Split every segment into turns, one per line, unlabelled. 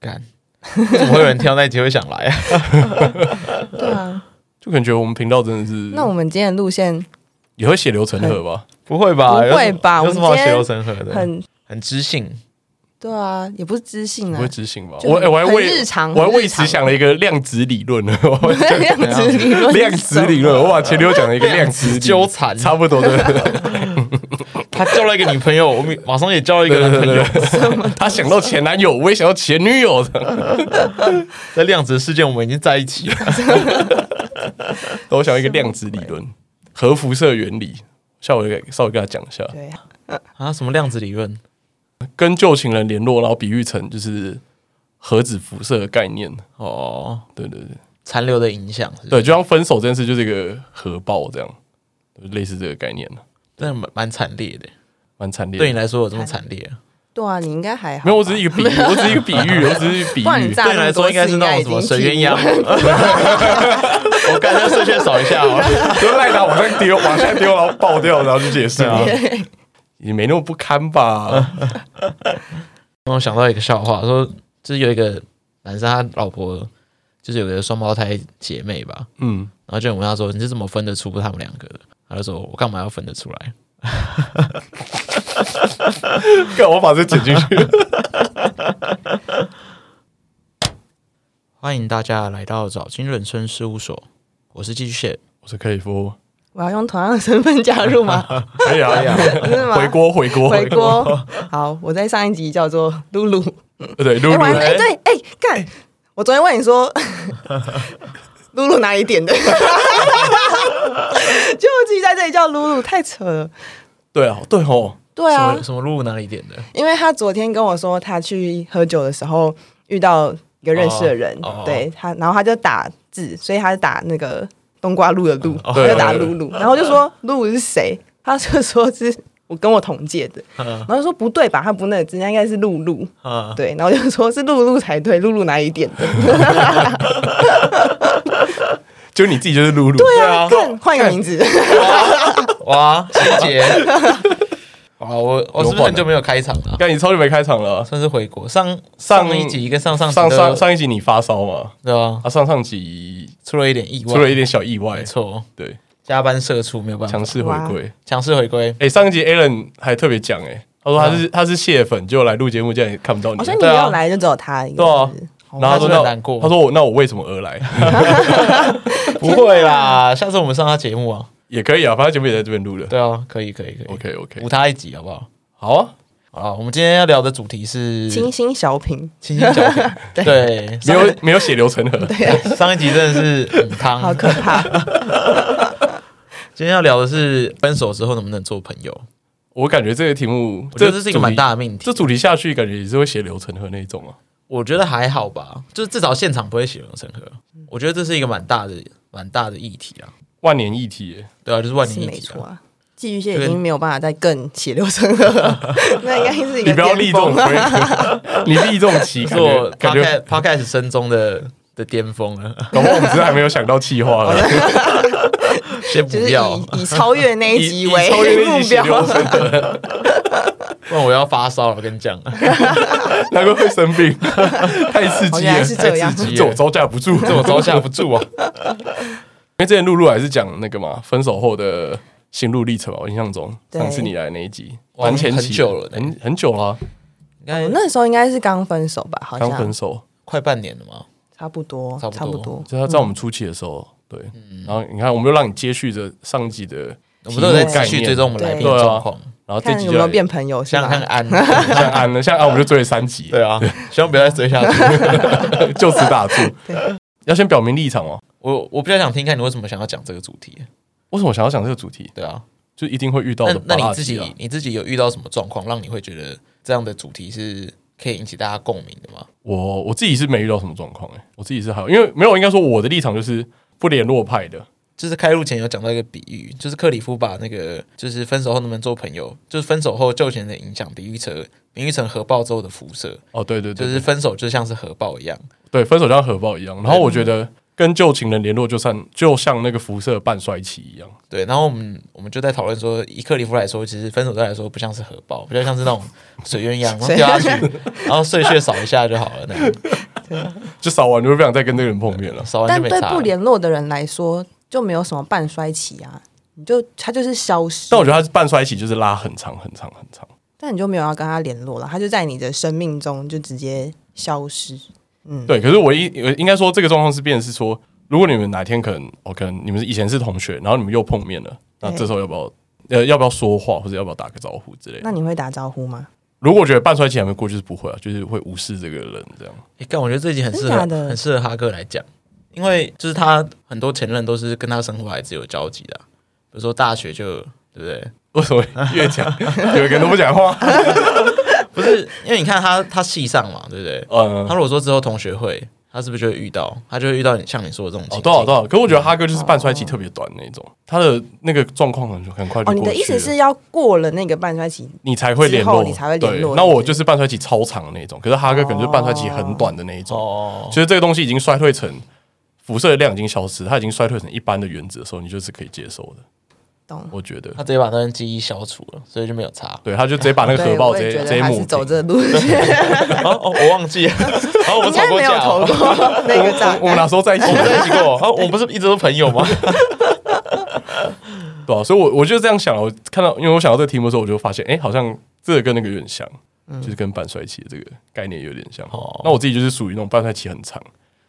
干， 怎么会有人听到那一集会想来啊？
对啊，
就感觉我们频道真的是，
那我们今天的路线
也会血流成河吧？
不会吧？
不会吧
有什么有什么好
我们今天
血肉成河的？很
很
很知性，
对啊，也不是知性
不
啊
会，执行吧？
就
我哎我还
很
为
日常
我还
很日
为此
常
想了一个量子理论呢。 我
量子理论，
量子理论，我把前女友讲了一个量子理
纠缠。
差不多的。
他交了一个女朋友，我 们马上也交了一个男朋友。
他想到前男友，我也想到前女友 的，
在量子世界，我们已经在一起了。
我想要一个量子理论，核辐射原理。下午给稍微跟他讲一下，
对啊，
啊，什么量子理论？
跟旧情人联络，然后比喻成就是核子辐射的概念。
哦，
对对对
残留的影响是不是
对，就像分手这件事，就是一个核爆这样，类似这个概念
真的蛮蛮惨烈的。
蛮惨烈的。
对你来说有这么惨烈啊？
对啊，你应该还好吧，
没有，我只是一个比喻，我只是一个比喻，我只是一个比
不然你
喻。
炸
对你
那
来
么
说
多
应该
次，
是
应
那种
该已
什么
经
神鸳
体
鸯。 我感觉射线扫一下哦。
就赖他往上丢，往下丢，然后爆掉，然后就解释啊，也没那么不堪吧？
让我想到一个笑话，说就是有一个男生，他老婆就是有个双胞胎姐妹吧，
嗯，
然后就有人问他说：“你是怎么分得出他们两个的？”他就说：“我干嘛要分得出来
嗯干我把这剪进去。？”
欢迎大家来到早金润春事务所，我是寄居蟹。
我说可以不？
我要用同样的身份加入 吗？
可以啊，可以啊，
真的吗？
回锅，回锅，
回。锅。好，我在上一集叫做露露。
对，露
哎，
露，
完了哎，
哎
对，哎，干！我昨天问你说 露露哪里点的， 就我自己在这里叫露露，太扯了。
对啊，对吼，
对
什
啊
么，什么路哪里点的？
因为他昨天跟我说，他去喝酒的时候遇到一个认识的人，
哦哦
对他，然后他就打字，所以他打那个冬瓜露的露，
哦
他就打
对对
露露，然后就说露是谁？他就说是我跟我同届 的，
嗯
然后就说不对吧，他不那个字，他应该是露露，
嗯
啊，
对，然后就说是露露才对，露露哪里点 的？
就你自己就是露露。
对啊，看换一个名字，
哇，谢 谢。哇，我我是不是很久没有啊开场了、
干你超久没开场了，
算是回国上
上
上一集跟上上集
上
都
上上一集你发烧嘛？
对吧？
啊，上上集
出了一点意外，
出了一点小意外
没，错，
对，
加班社畜没有办法
强势回归。
强势回归。
哎，上一集 Alan 还特别讲，哎，他说他是他是蟹粉，结果来录节目竟然也看不到 你
好。像你
对啊
没有来就只有他一个，
对啊
是不是
然后他说
他是不是
那
很难过
他说我那我为什么而来？
不会啦，下次我们上他节目啊。
也可以啊，反正节目也在这边录了。
对啊，可以可以可以
OK OK，
补他一集好不好？
好啊，
好了，我们今天要聊的主题是
清新小品，
清新小品。对，
没有没有血流成河，
上 上一集真的是很汤。
好
啊
可怕。
今天要聊的是分手之后能不能做朋友，
我感觉这个题目，
我觉得这是一个蛮大的命
主题。这
题。
主题下去，感觉也是会血流成河那一种啊。
我觉得还好吧，就是至少现场不会血流成河。
嗯
我觉得这是一个蛮大的、蛮大的议题啊。
万年议题耶，
对啊，就是万
是
年议
没
题
错
啊。
啊。寄居蟹已经没有办法再更血流成河 了，那应该是一
你
个
不要
巅
立这种
峰啊！
规，你立这种旗，感觉
做
感觉
podcast podcast 生中的的巅峰啊 了，
搞不好我们只是还没有想到气话了。
先不
就是
要，
以以超越那一
以
集
以超越
为
那一
目
集血流
标，
成河，
不然我要发烧了。我跟你
哦
讲，
难怪会生 病，太刺
哦
激
原来
了，
是这样
太刺激
这
了这
我
我招架不 住，
这我招架不住啊。
因为之前露露还是讲那个嘛，分手后的心路历程吧。我印象中，
对
上次你来那一集，
哇
蛮前期的
很久了呢
很很久了啊，
应该
我那时候应该是刚分手吧，好
刚分
像
手，
快半年了嘛，
差不多，
差不多
差不多。
就是他在我们初期的时候，对，然后你看，我们又让你接续着上集的，
嗯我们都有在
题目概
持续
念
追踪我们来宾
对啊
的状况，
然后这
看
集
有
就
没有
来
变朋友是
像看
吗？
安，
像安了，像啊安我们就追了三集，
对啊，希望不要再追下去。
就此打住。要先表明立场哦。
我我比较想听看你为什么想要讲这个主题，
为什么想要讲这个主题？
对啊，
就一定会遇到
那
的
那你
八
自
集啊
己你自己有遇到什么状况，让你会觉得这样的主题是可以引起大家共鸣的吗？
我我自己是没遇到什么状况哎，我自己是还好，因为没有应该说我的立场就是不联络派的，
就是开录前有讲到一个比喻，就是克里夫把那个就是分手后能不能做朋友，就是分手后旧情人的影响比喻成比喻成核爆之后的辐射，
哦，对对对，
就是分手就像是核爆一样。
对，分手就像核爆一样。然后我觉得跟旧情人联络就像就像那个辐射半衰期一样，
对，然后我们我们就在讨论说，以克里夫来说，其实分手对他来说不像是荷包，比较像是那种水鸳鸯，然后
水
掉下去，然后碎屑扫一下就好了，那样
就扫完就不想再跟那个人碰面了。
扫完
但
就没
对
差
不
了。
联络的人来说，就没有什么半衰期啊，你就他就是消失。
但我觉得他是半衰期，就是拉很长很长很长。
但你就没有要跟他联络了，他就在你的生命中就直接消失。
对，可是我一我应该说这个状况是变成是说，如果你们哪天可能，哦，可能你们是以前是同学，然后你们又碰面了，那
对
这时候要不要呃要不要说话，或者要不要打个招呼之类的？
那你会打招呼吗？
如果觉得半衰期还没过，就是不会啊，就是会无视这个人这样。
诶干，我觉得这集很适合，
真假的
很适合哈克来讲，因为就是他很多前任都是跟他生活还是有交集的啊、比如说大学就对不对？
为什么越讲有一个人都不 讲话？
不是，因为你看他他系上嘛，对不对？
嗯
他，如果说之后同学会，他是不是就会遇到？他就会遇到你像你说的这种情境。
哦，多少多少。可我觉得哈哥就是半衰期特别短那种，他的那个状况很很快就
哦，
过去
你
了
的意思是要过了那个半衰期，
你才会联
之
络，
后你才会联络
对，那
是不
我
是
就是半衰期超长的那种，可是哈哥可能就是半衰期很短的那一种。
哦，
其实这个东西已经衰退成辐射的量已经消失，它已经衰退成一般的原子的时候，你就是可以接受的。
懂？
我觉得。
他，直接把那段记忆消除了，所以就没有差
对，他就直接把那个核
对，
爆
我
直
也
接
觉
直接
得他
抹
是走
平。
这路线，
哦哦，我忘记 了。然后我们
应
吵
该
过
没有
架
投
哦，
过那个炸
我
弹。
们哪时候在一起
我？们在一起过。啊，我们不是一直都是朋友吗？
对啊，所以我我就这样想了。我看到，因为我想到这个题目的时候，我就发现，哎、好像这个跟那个有点像，就是跟半衰期的这个概念有点像。
嗯哦
那我自己就是属于那种半衰期很长，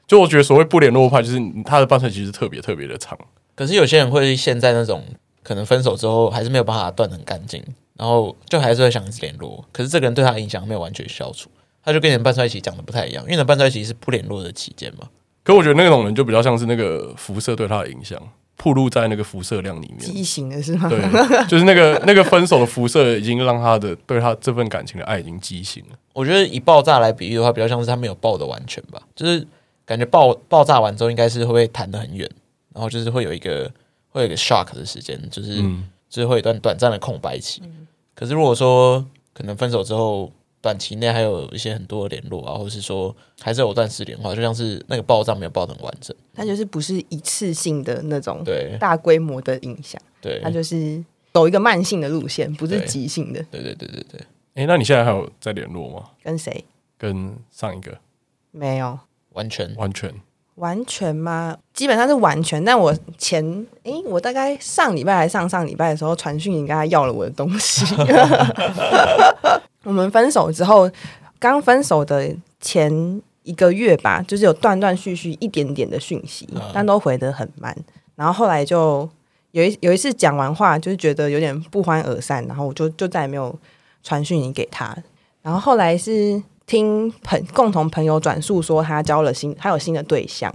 就我觉得所谓不联络派，就是你他的半衰期是特别特别的长。
可是有些人会陷在那种可能分手之后还是没有办法断得很干净，然后就还是会想一直联络，可是这个人对他的影响没有完全消除，他就跟你的半衰期讲的不太一样，因为你的半衰期是不联络的期间嘛。
可我觉得那种人就比较像是那个辐射对他的影响，暴露在那个辐射量里面。
畸形的是吗？
对，就是那个那个分手的辐射已经让他的对他这份感情的爱已经畸形了。
我觉得以爆炸来比喻的话，比较像是他没有爆的完全吧，就是感觉爆爆炸完之后应该是会弹得很远，然后就是会有一个会有一个 shock 的时间，就是、
嗯，
就是会有一段短暂的空白期。
嗯
可是如果说可能分手之后，短期内还有一些很多的联络啊，或者是说还是有断失联的话，就像是那个爆炸没有爆得很完整。
他就是不是一次性的那种
对
大规模的影响，
对
他嗯就是走一个慢性的路线，不是
对
急性的。
对对对对对，
哎、那你现在还有在联络吗？
跟谁？
跟上一个
没有，
完全
完全
完全吗？基本上是完全。但我前诶、我大概上礼拜还上上礼拜的时候，传讯你跟他要了我的东西。 我们分手之后，刚分手的前一个月吧，就是有断断续续一点点的讯息，但都回得很慢。然后后来就有一有一次讲完话，就是觉得有点不欢而散，然后我就就再也没有传讯息给他。然后后来是听朋共同朋友转述说，他交了新，他有新的对象。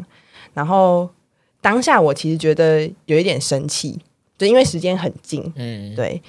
然后当下我其实觉得有一点生气，就因为时间很近，
嗯，
对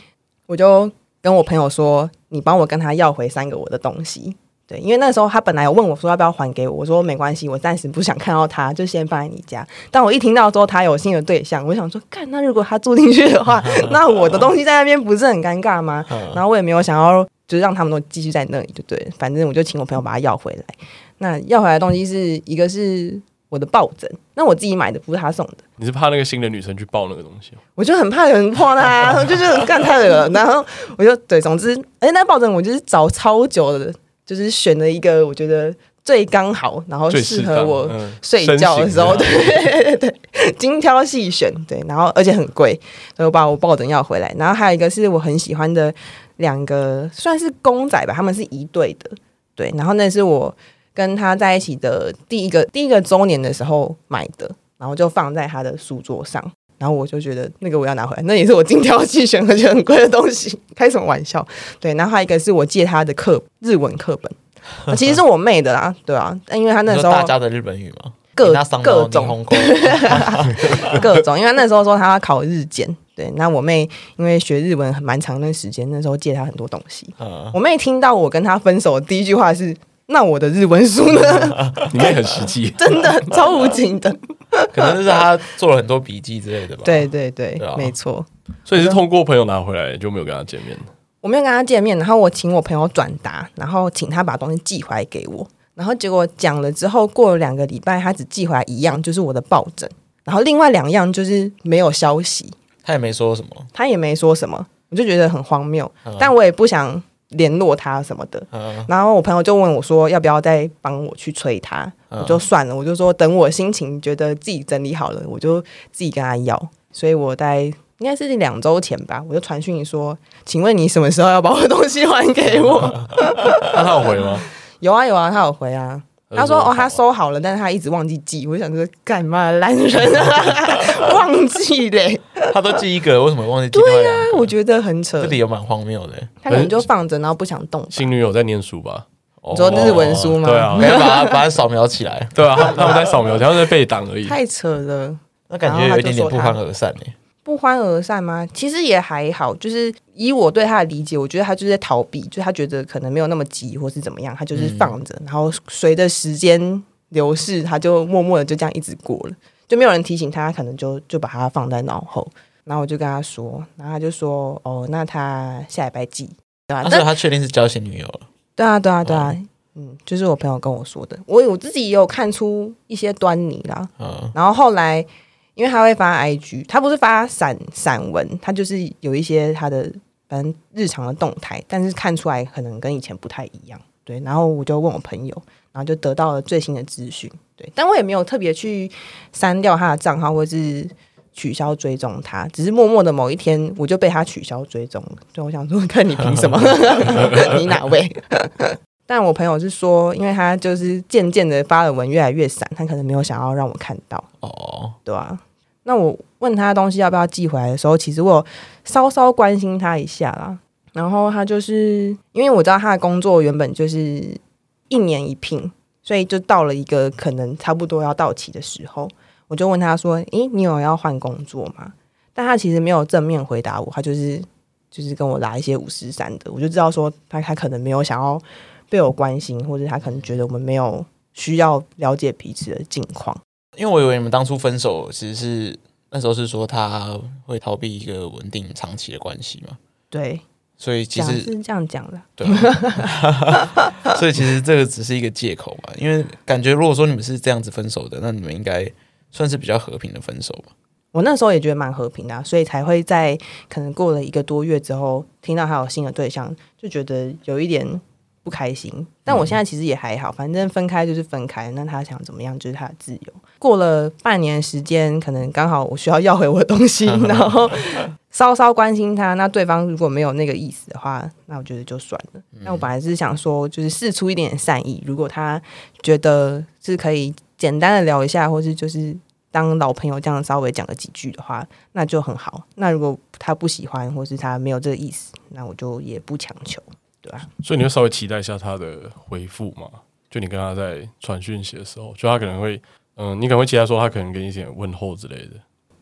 我就跟我朋友说，你帮我跟他要回三个我的东西。对，因为那时候他本来有问我说要不要还给我，我说没关系，我暂时不想看到他，就先放在你家。但我一听到之后他有新的对象，我想说，干，那如果他住进去的话，那我的东西在那边不是很尴尬吗？然后我也没有想要就是让他们都继续在那里，就对了，反正我就请我朋友把它要回来。那要回来的东西是一个是我的抱枕，那我自己买的，不是他送的。
你是怕那个新的女生去抱那个东西吗？
我就很怕有人碰他， 我就是干太恶了。然后我就对，总之，哎、那抱枕我就是找超久的，就是选了一个我觉得最刚好，然后
最
哦适
当
合我
嗯
睡觉的时候，
身
对
形
对对对，精挑细选，对，然后而且很贵，所以我把我抱枕要回来。然后还有一个是我很喜欢的两个，算是公仔吧，他们是一对的，对，然后那是我跟他在一起的第一个第一个周年的时候买的，然后就放在他的书桌上。然后我就觉得那个我要拿回来，那也是我精挑细选而且很贵的东西，开什么玩笑？对，然后还有一个是我借他的课日文课本，啊其实是我妹的啦，对啊，但因为他那
你
时
说
候
大家的日本语嘛，
各
那桑
各
尼
种
红口
各种，因为那时候说她要考日检，对，那我妹因为学日文很蛮长一段时间，那时候借她很多东西。
嗯，
我妹听到我跟她分手的第一句话是：“那我的日文书 呢？”。
你也很实际
真的超无情的，
可能就是他做了很多笔记之类的吧。
对对对，
对啊
没错。
所以是通过朋友拿回来就没有跟他见面。
我没有跟她见面，然后我请我朋友转达，然后请她把东西寄回来给我。然后结果讲了之后，过了两个礼拜，他只寄回来一样，就是我的抱枕，然后另外两样就是没有消息，
他也没说什么，
他也没说什么，我就觉得很荒谬，
嗯
但我也不想联络他什么的。
嗯
然后我朋友就问我说，要不要再帮我去催他？
嗯
我就算了，我就说等我心情觉得自己整理好了，我就自己跟他要。所以我在应该是两周前吧，我就传讯说，请问你什么时候要把我的东西还给
嗯
我？
那他有回吗？
有啊有啊，他有回啊。他说：“哦，他收好了，但是他一直忘记寄。”我就想说，干嘛烂人 啊，忘记嘞？
他都记一个，为什么忘记记另外两个？
我觉得很
嗯
扯
这。理由蛮荒谬的，
他可能就放着，然后不想动吧。
新女友在念书 吧？
你说日文书吗
对啊
我，要哦把它把它扫描起 来，
对啊，他他们在扫描，他们在背档而已。
太扯了，
那感觉有一点点不欢而散哎。
不欢而散吗？其实也还好，就是以我对他的理解，我觉得他就是在逃避，就是他觉得可能没有那么急，或是怎么样，他
嗯
就是放着，然后随着时间流逝，他就默默的就这样一直过了，就没有人提醒他，可能就就把他放在脑后。然后我就跟他说，然后他就说：“哦，那他下礼拜寄，对吧、
啊所哦
但
以他确定是交新女友了，
对啊，对啊，对啊，嗯，就是我朋友跟我说的，我我自己也有看出一些端倪啦。
嗯，
然后后来，因为他会发 IG，他不是发散散文，他就是有一些他的反正日常的动态，但是看出来可能跟以前不太一样。对，然后我就问我朋友，然后就得到了最新的资讯。对，但我也没有特别去删掉他的账号，或是。取消追踪他，只是默默的某一天，我就被他取消追踪了。对，我想说， 看你凭什么？你哪位？但我朋友是说，因为他就是渐渐的发的文越来越散，他可能没有想要让我看到，
哦，
对啊。那我问他东西要不要寄回来的时候，其实我有稍稍关心他一下啦。然后他就是因为我知道他的工作原本就是一年一聘，所以就到了一个可能差不多要到期的时候，我就问他说：“诶，你有要换工作吗？”但他其实没有正面回答我，他就是就是跟我拉一些五十三的，我就知道说他他可能没有想要被我关心，或者他可能觉得我们没有需要了解彼此的近况。
因为我以为你们当初分手其实是那时候是说他会逃避一个稳定长期的关系嘛，
对，
所以其
讲
实
是这样讲的，
对啊， 所以其实这个只是一个借口嘛，因为感觉如果说你们是这样子分手的，那你们应该算是比较和平的分手吧。
我那时候也觉得蛮和平的啊、所以才会在可能过了一个多月之后，听到他有新的对象，就觉得有一点不开心。但我现在
嗯
其实也还好，反正分开就是分开，那他想怎么样就是他的自由。过了半年时间，可能刚好我需要要回我的 东西，然后稍稍关心他。那对方如果没有那个意思的话，那我觉得就算了。
嗯
那我本来是想说，就是试出一点点善意，如果他觉得是可以简单的聊一下，或是就是当老朋友这样稍微讲个几句的话，那就很好。那如果他不喜欢，或是他没有这个意思，那我就也不强求。
所以你会稍微期待一下他的回复嘛？就你跟他在传讯息的时候，就他可能会，嗯，你可能会期待说他可能给你一点问候之类的。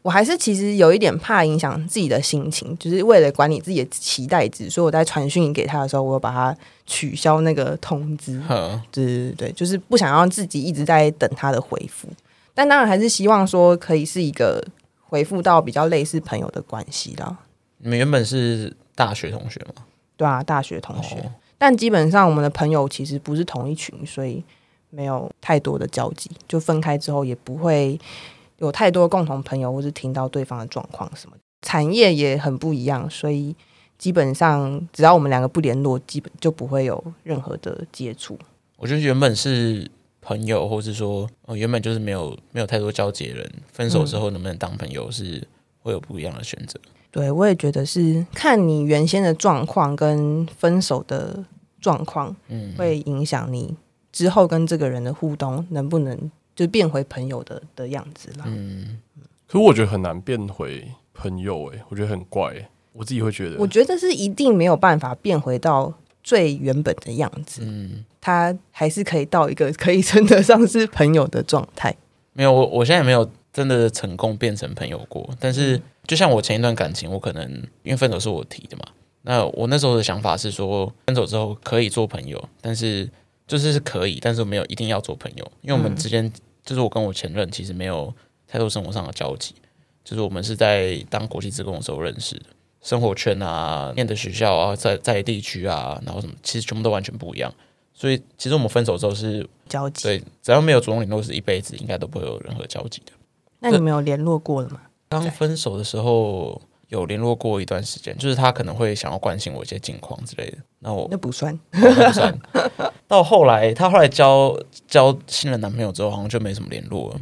我还是其实有一点怕影响自己的心情，就是为了管理自己的期待值，所以我在传讯给他的时候，我有把它取消那个通知。
哼，
对对对，就是不想让自己一直在等他的回复，但当然还是希望说可以是一个回复到比较类似朋友的关系啦。
你们原本是大学同学嘛？
对啊，大学同学，
哦
但基本上我们的朋友其实不是同一群，所以没有太多的交集。就分开之后也不会有太多共同朋友，或是听到对方的状况什么的。产业也很不一样，所以基本上只要我们两个不联络，基本就不会有任何的接触。
我觉得原本是朋友，或是说，呃，原本就是没有没有太多交集的人，分手之后能不能当朋友是会有不一样的选择。
对，我也觉得是看你原先的状况跟分手的状况，
嗯，
会影响你之后跟这个人的互动能不能就变回朋友的的样子啦。
嗯，
可是我觉得很难变回朋友、欸，我觉得很怪、欸，我自己会觉得，
我觉得是一定没有办法变回到最原本的样子，
嗯，
他还是可以到一个可以称得上是朋友的状态。
没有，我我现在也没有真的成功变成朋友过。但是，就像我前一段感情，我可能因为分手是我提的嘛，那我那时候的想法是说，分手之后可以做朋友，但是就是是可以，但是我没有一定要做朋友，因为我们之间、就是我跟我前任其实没有太多生活上的交集，就是我们是在当国际职工的时候认识的。生活圈啊，念的学校啊，在在地区啊，然后什么，其实全部都完全不一样。所以其实我们分手之后是
交集。
对，只要没有主动联络，是一辈子应该都不会有任何交集的。
那你们有联络过了吗？
刚分手的时候有联络过一段时间，就是他可能会想要关心我一些近况之类的。那我
那不算，
不算。到后来，他后来交交新的男朋友之后，好像就没什么联络了。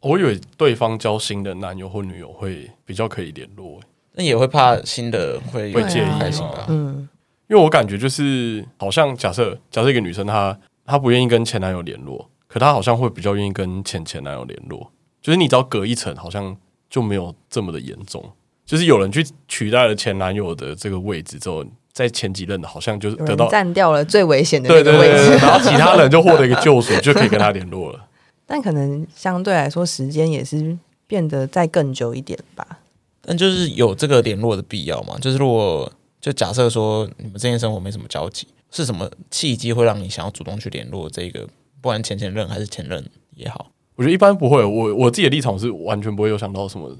我以为对方交新的男友或女友会比较可以联络、欸
那也会怕新的会
会介意
不开心吧？
嗯，
因为我感觉就是好像假设假设一个女生她她不愿意跟前男友联络，可她好像会比较愿意跟前前男友联络，就是你只要隔一层，好像就没有这么的严重。就是有人去取代了前男友的这个位置之后，在前几任的好像就是
有
得
人
到
占掉了最危险的
对
嗯那
对
个
对
位
对，
置
对，然后其他人就获得一个救赎，就可以跟他联络了。
但可能相对来说时间也是变得再更久一点吧。
但就是有这个联络的必要嘛？就是如果就假设说你们之间生活没什么交集，是什么契机会让你想要主动去联络这个，不管前前任还是前任也好？
我觉得一般不会，我我自己的立场是完全不会有想到什么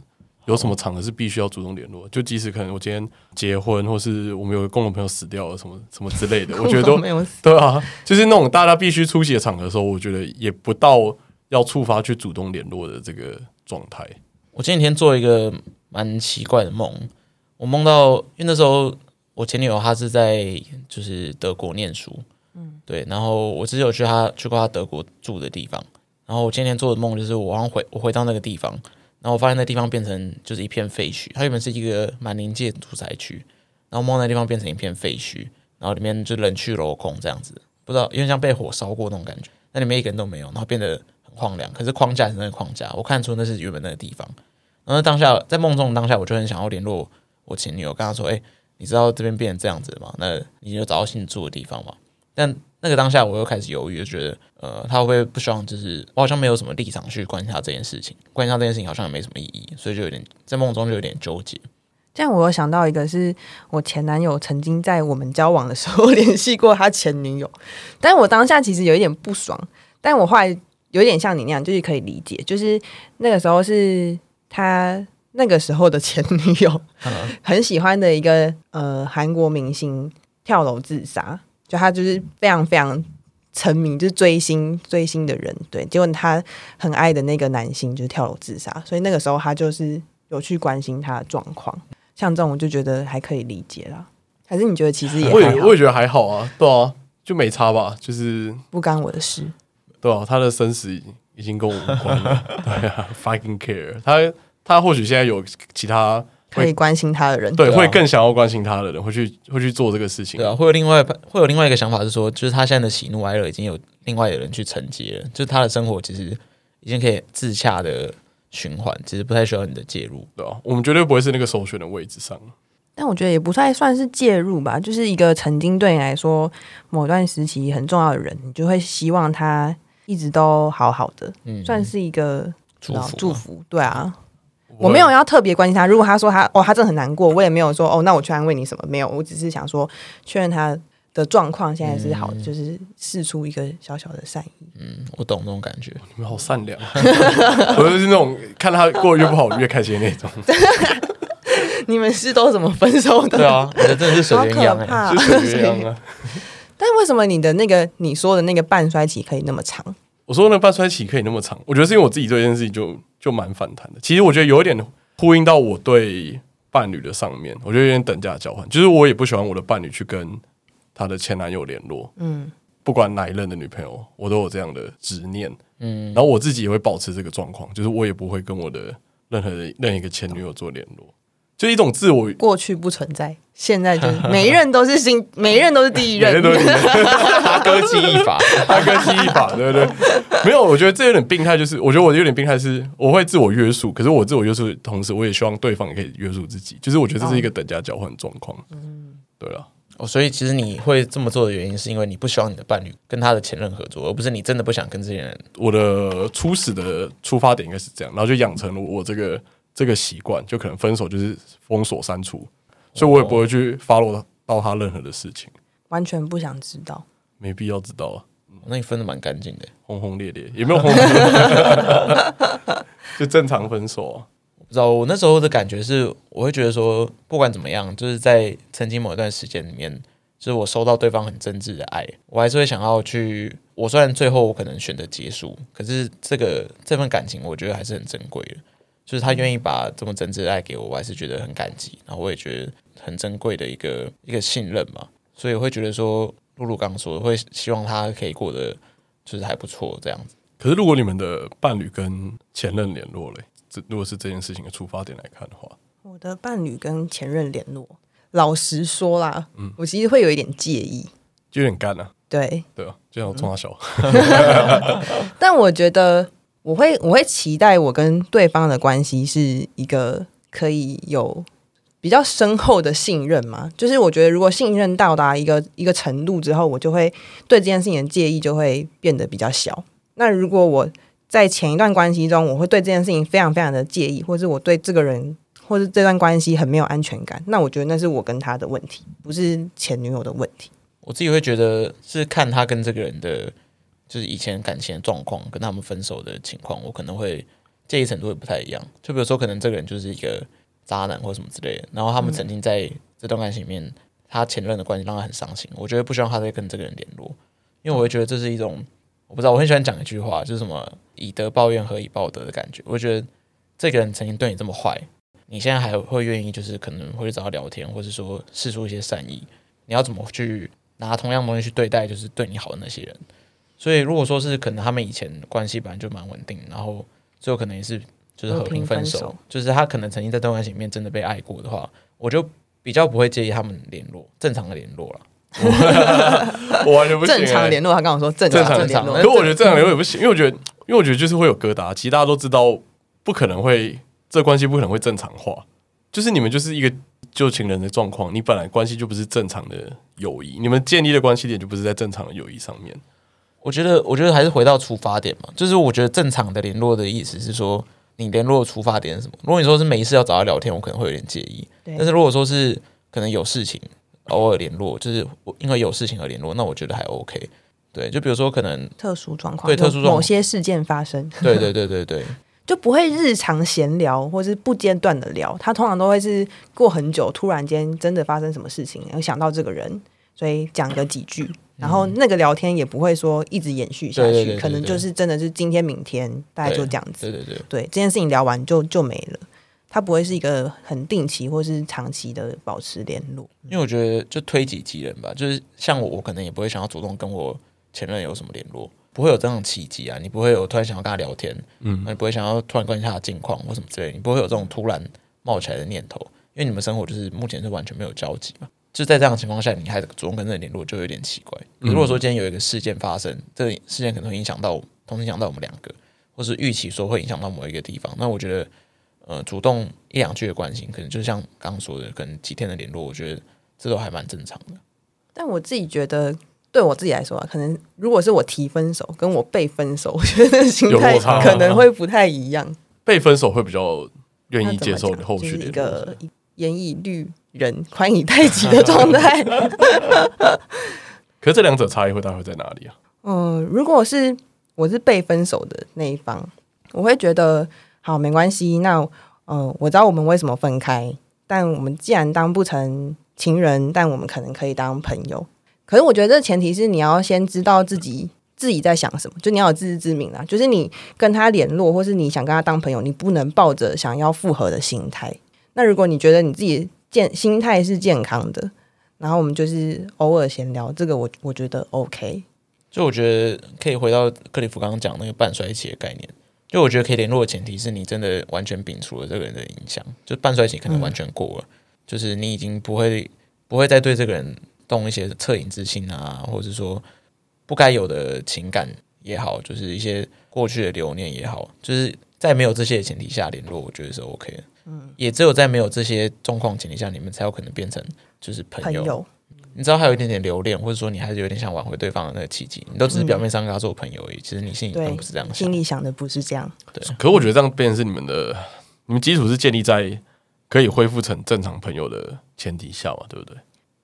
有什么场合是必须要主动联络，就即使可能我今天结婚，或是我们有个共同朋友死掉了什么什么之 类的，我觉得都
没有
对啊，就是那种大家必须出席的场合的时候，我觉得也不到要触发去主动联络的这个状态。
我前几天做一个蛮奇怪的梦，我梦到，因为那时候我前女友她是在就是德国念书，嗯，对，然后我只有去她去过她德国住的地方，然后我前几天做的梦就是我好像回我回到那个地方，然后我发现那地方变成就是一片废墟，它原本是一个蛮临界的住宅区，然后梦到那地方变成一片废墟，然后里面就人去楼空这样子，不知道有点像被火烧过那种感觉，那里面一个人都没有，然后变得很荒凉，可是框架是那个框架，我看出那是原本那个地方。然后当下在梦中的当下，我就很想要联络我前女友，跟她说：“哎、你知道这边变成这样子了吗？那你有找到新住的地方吗？”但那个当下我又开始犹豫，就觉得呃，他会不会不希望？就是我好像没有什么立场去关心他这件事情，关心他这件事情好像也没什么意义，所以就有点在梦中就有点纠结。
这样我有想到一个是我前男友曾经在我们交往的时候 联系过他前女友，但我当下其实有一点不爽，但我后来有点像你那样，就是可以理解，就是那个时候是他那个时候的前女友
嗯
很喜欢的一个呃韩国明星跳楼自杀，就他就是非常非常。沉迷就是追星追星的人，对，结果他很爱的那个男星就是跳楼自杀，所以那个时候他就是有去关心他的状况。像这种我就觉得还可以理解啦。还是你觉得其实也
我
还
也
好
我也觉得还好啊，对啊，就没差吧，就是
不干我的事，
对啊，他的生死已经跟我无关了， 对啊，fucking care。他他或许现在有其他
可以关心他的人。
对
对啊
会更想要关心他的人，会去会去做这个事情。
对啊，会有另外会有另外一个想法是说，就是他现在的喜怒哀乐已经有另外的人去承接了，就是他的生活其实已经可以自洽的循环，其实不太需要你的介入。
对啊，我们绝对不会是那个首选的位置上。
但我觉得也不太算是介入吧，就是一个曾经对你来说某段时期很重要的人，你就会希望他一直都好好的，
嗯，
算是一个
祝
老
福
祝
嘛
福。对啊，我没有要特别关心他。如果他说他哦，他真的很难过，我也没有说哦，那我去安慰你什么，没有，我只是想说确认他的状况现在是好，的，就是试出一个小小的善意。
嗯，我懂那种感觉。
你们好善良， 我就是那种看他过得越不好越开心的那种，
你们是都怎么分手的？
对啊，你 的真的是水
好
鸳鸯
可
哎、
怕、
就是这样啊。
但为什么你的那个你说的那个半衰期可以那么长？
我说那半衰期可以那么长，我觉得是因为我自己对这件事情就就蛮反弹的。其实我觉得有一点呼应到我对伴侣的上面，我觉得有点等价交换，就是我也不喜欢我的伴侣去跟她的前男友联络，
嗯，
不管哪一任的女朋友，我都有这样的执念，嗯，然后我自己也会保持这个状况，就是我也不会跟我的任何的任一个前女友做联络，就一种自我
过去不存在，现在就是每一任都是 新，每一任都是第一
每
任
天。都是你的
他哥记忆法，
大哥记忆法，对不对？没有，我觉得这有点病态，就是我觉得我有点病态是，我会自我约束，可是我自我约束的同时，我也希望对方也可以约束自己，就是我觉得这是一个等价交换的状况。对了，
哦，所以其实你会这么做的原因，是因为你不希望你的伴侣跟他的前任合作，而不是你真的不想跟这些人。
我的初始的出发点应该是这样，然后就养成了我这个这个习惯，就可能分手就是封锁删除，所以我也不会去 follow 到他任何的事情，
完全不想知道。
没必要知道啊，
那你分的蛮干净的，
轰轰烈烈也没有轰轰烈烈， 就正常分手、啊。
我不知道我那时候的感觉是，我会觉得说，不管怎么样，就是在曾经某一段时间里面，就是我收到对方很真挚的爱，我还是会想要去。我虽然最后我可能选择结束，可是这个这份感情，我觉得还是很珍贵的。就是他愿意把这么真挚的爱给我，我还是觉得很感激，然后我也觉得很珍贵的一个一个信任嘛。所以我会觉得说，露露刚刚说的，会希望他可以过得就是还不错这样子。
可是如果你们的伴侣跟前任联络嘞，这如果是这件事情的出发点来看的话，
我的伴侣跟前任联络，老实说啦，
嗯
我其实会有一点介意，
就有点干啊，
对，
对啊，就想冲 他小，
但我觉得我会我会期待我跟对方的关系是一个可以有比较深厚的信任嘛，就是我觉得如果信任到达一个一个程度之后，我就会对这件事情的介意就会变得比较小。那如果我在前一段关系中，我会对这件事情非常非常的介意，或是我对这个人或是这段关系很没有安全感，那我觉得那是我跟他的问题，不是前女友的问题。
我自己会觉得是看他跟这个人的，就是以前感情的状况，跟他们分手的情况，我可能会介意程度会不太一样。就比如说，可能这个人就是一个渣男或什么之类的，然后他们曾经在这段感情里面，他前任的关系让他很伤心，我觉得不希望他再跟这个人联络，因为我会觉得这是一种，我不知道，我很喜欢讲一句话，就是什么以德报怨，何以报德的感觉。我会觉得这个人曾经对你这么坏，你现在还会愿意，就是可能会去找他聊天，或是说试出一些善意，你要怎么去？拿同样东西去对待，就是对你好的那些人。所以如果说是可能他们以前关系本来就蛮稳定，然后最后可能也是就是和平分手，
和平分手
就是他可能曾经在这段关系里面真的被爱过的话，我就比较不会介意他们联络，正常的联络了。
我完全不行、欸
正常联络，他跟我说正
正
常
常
的
正
联
常
络
的
可，我觉得这样留也不行，因为我觉得，因为我觉得就是会有疙瘩。其实大家都知道，不可能会这关系不可能会正常化，就是你们就是一个旧情人的状况，你本来关系就不是正常的友谊，你们建立的关系点就不是在正常的友谊上面。
我觉得，我觉得还是回到出发点嘛，就是我觉得正常的联络的意思是说，你联络的出发点是什么？如果你说是没事要找他聊天，我可能会有点介意。
对
但是如果说是可能有事情偶尔联络，就是我因为有事情而联络，那我觉得还 OK。对，就比如说可 能
特殊状况，
对特殊状况
有某些事件发生，
对对对对对，
就不会日常闲聊或是不间断的聊，他通常都会是过很久，突然间真的发生什么事情，然后想到这个人，所以讲个几句，然后那个聊天也不会说一直延续下去，
嗯对对对对
可能就是真的是今天明天大概就这样子，嗯
对对对，
对这件事情聊完就就没了，他不会是一个很定期或是长期的保持联络，
因为我觉得就推己及人吧，就是像我，我可能也不会想要主动跟我前任有什么联络，不会有这种契机啊，你不会有突然想要跟他聊天，嗯，你不会想要突然关心他的近况或什么之类的，你不会有这种突然冒起来的念头，因为你们生活就是目前是完全没有交集嘛。就在这样的情况下，你还主动跟人联络，就有点奇怪。如果说今天有一个事件发生，这个事件可能会影响到我，同时影响到我们两个，或是预期说会影响到某一个地方，那我觉得，呃，主动一两句的关心，可能就像刚刚说的，可能几天的联络，我觉得这都还蛮正常的。
但我自己觉得。对我自己来说啊，可能如果是我提分手，跟我被分手，我觉得那个心
有落
态
差
可能会不太一样。
被分手会比较愿
那
意
怎
接
么
受
讲
你后续
就是一
联络，
个严以律人、宽以待己的状态。
可是这两者差异会大概会在哪里啊？
嗯，如果是我是被分手的那一方，我会觉得好没关系。那嗯、呃我知道我们为什么分开，但我们既然当不成情人，但我们可能可以当朋友。可是我觉得这前提是你要先知道自己自己在想什么，就你要有自知之明啦。就是你跟他联络，或是你想跟他当朋友，你不能抱着想要复合的心态。那如果你觉得你自己健心态是健康的，然后我们就是偶尔闲聊，这个我我觉得 OK。
就我觉得可以回到克里夫刚刚讲那个半衰期的概念。就我觉得可以联络的前提是你真的完全摒除了这个人的影响，就半衰期可能完全过了，就是你已经不会不会再对这个人动一些恻隐之心啊，或者是说不该有的情感也好，就是一些过去的留念也好，就是在没有这些的前提下联络，我觉得是 OK 的。嗯，也只有在没有这些状况前提下，你们才有可能变成就是
朋友，
你知道还有一点点留恋，或者说你还是有点想挽回对方的那个契机，你都只是表面上跟他做朋友而已，其实你心里
嗯对
并不是这样，想
心。里想的不是这样，
可是我觉得这样变成是你们的，你们基础是建立在可以恢复成正常朋友的前提下嘛，对不对？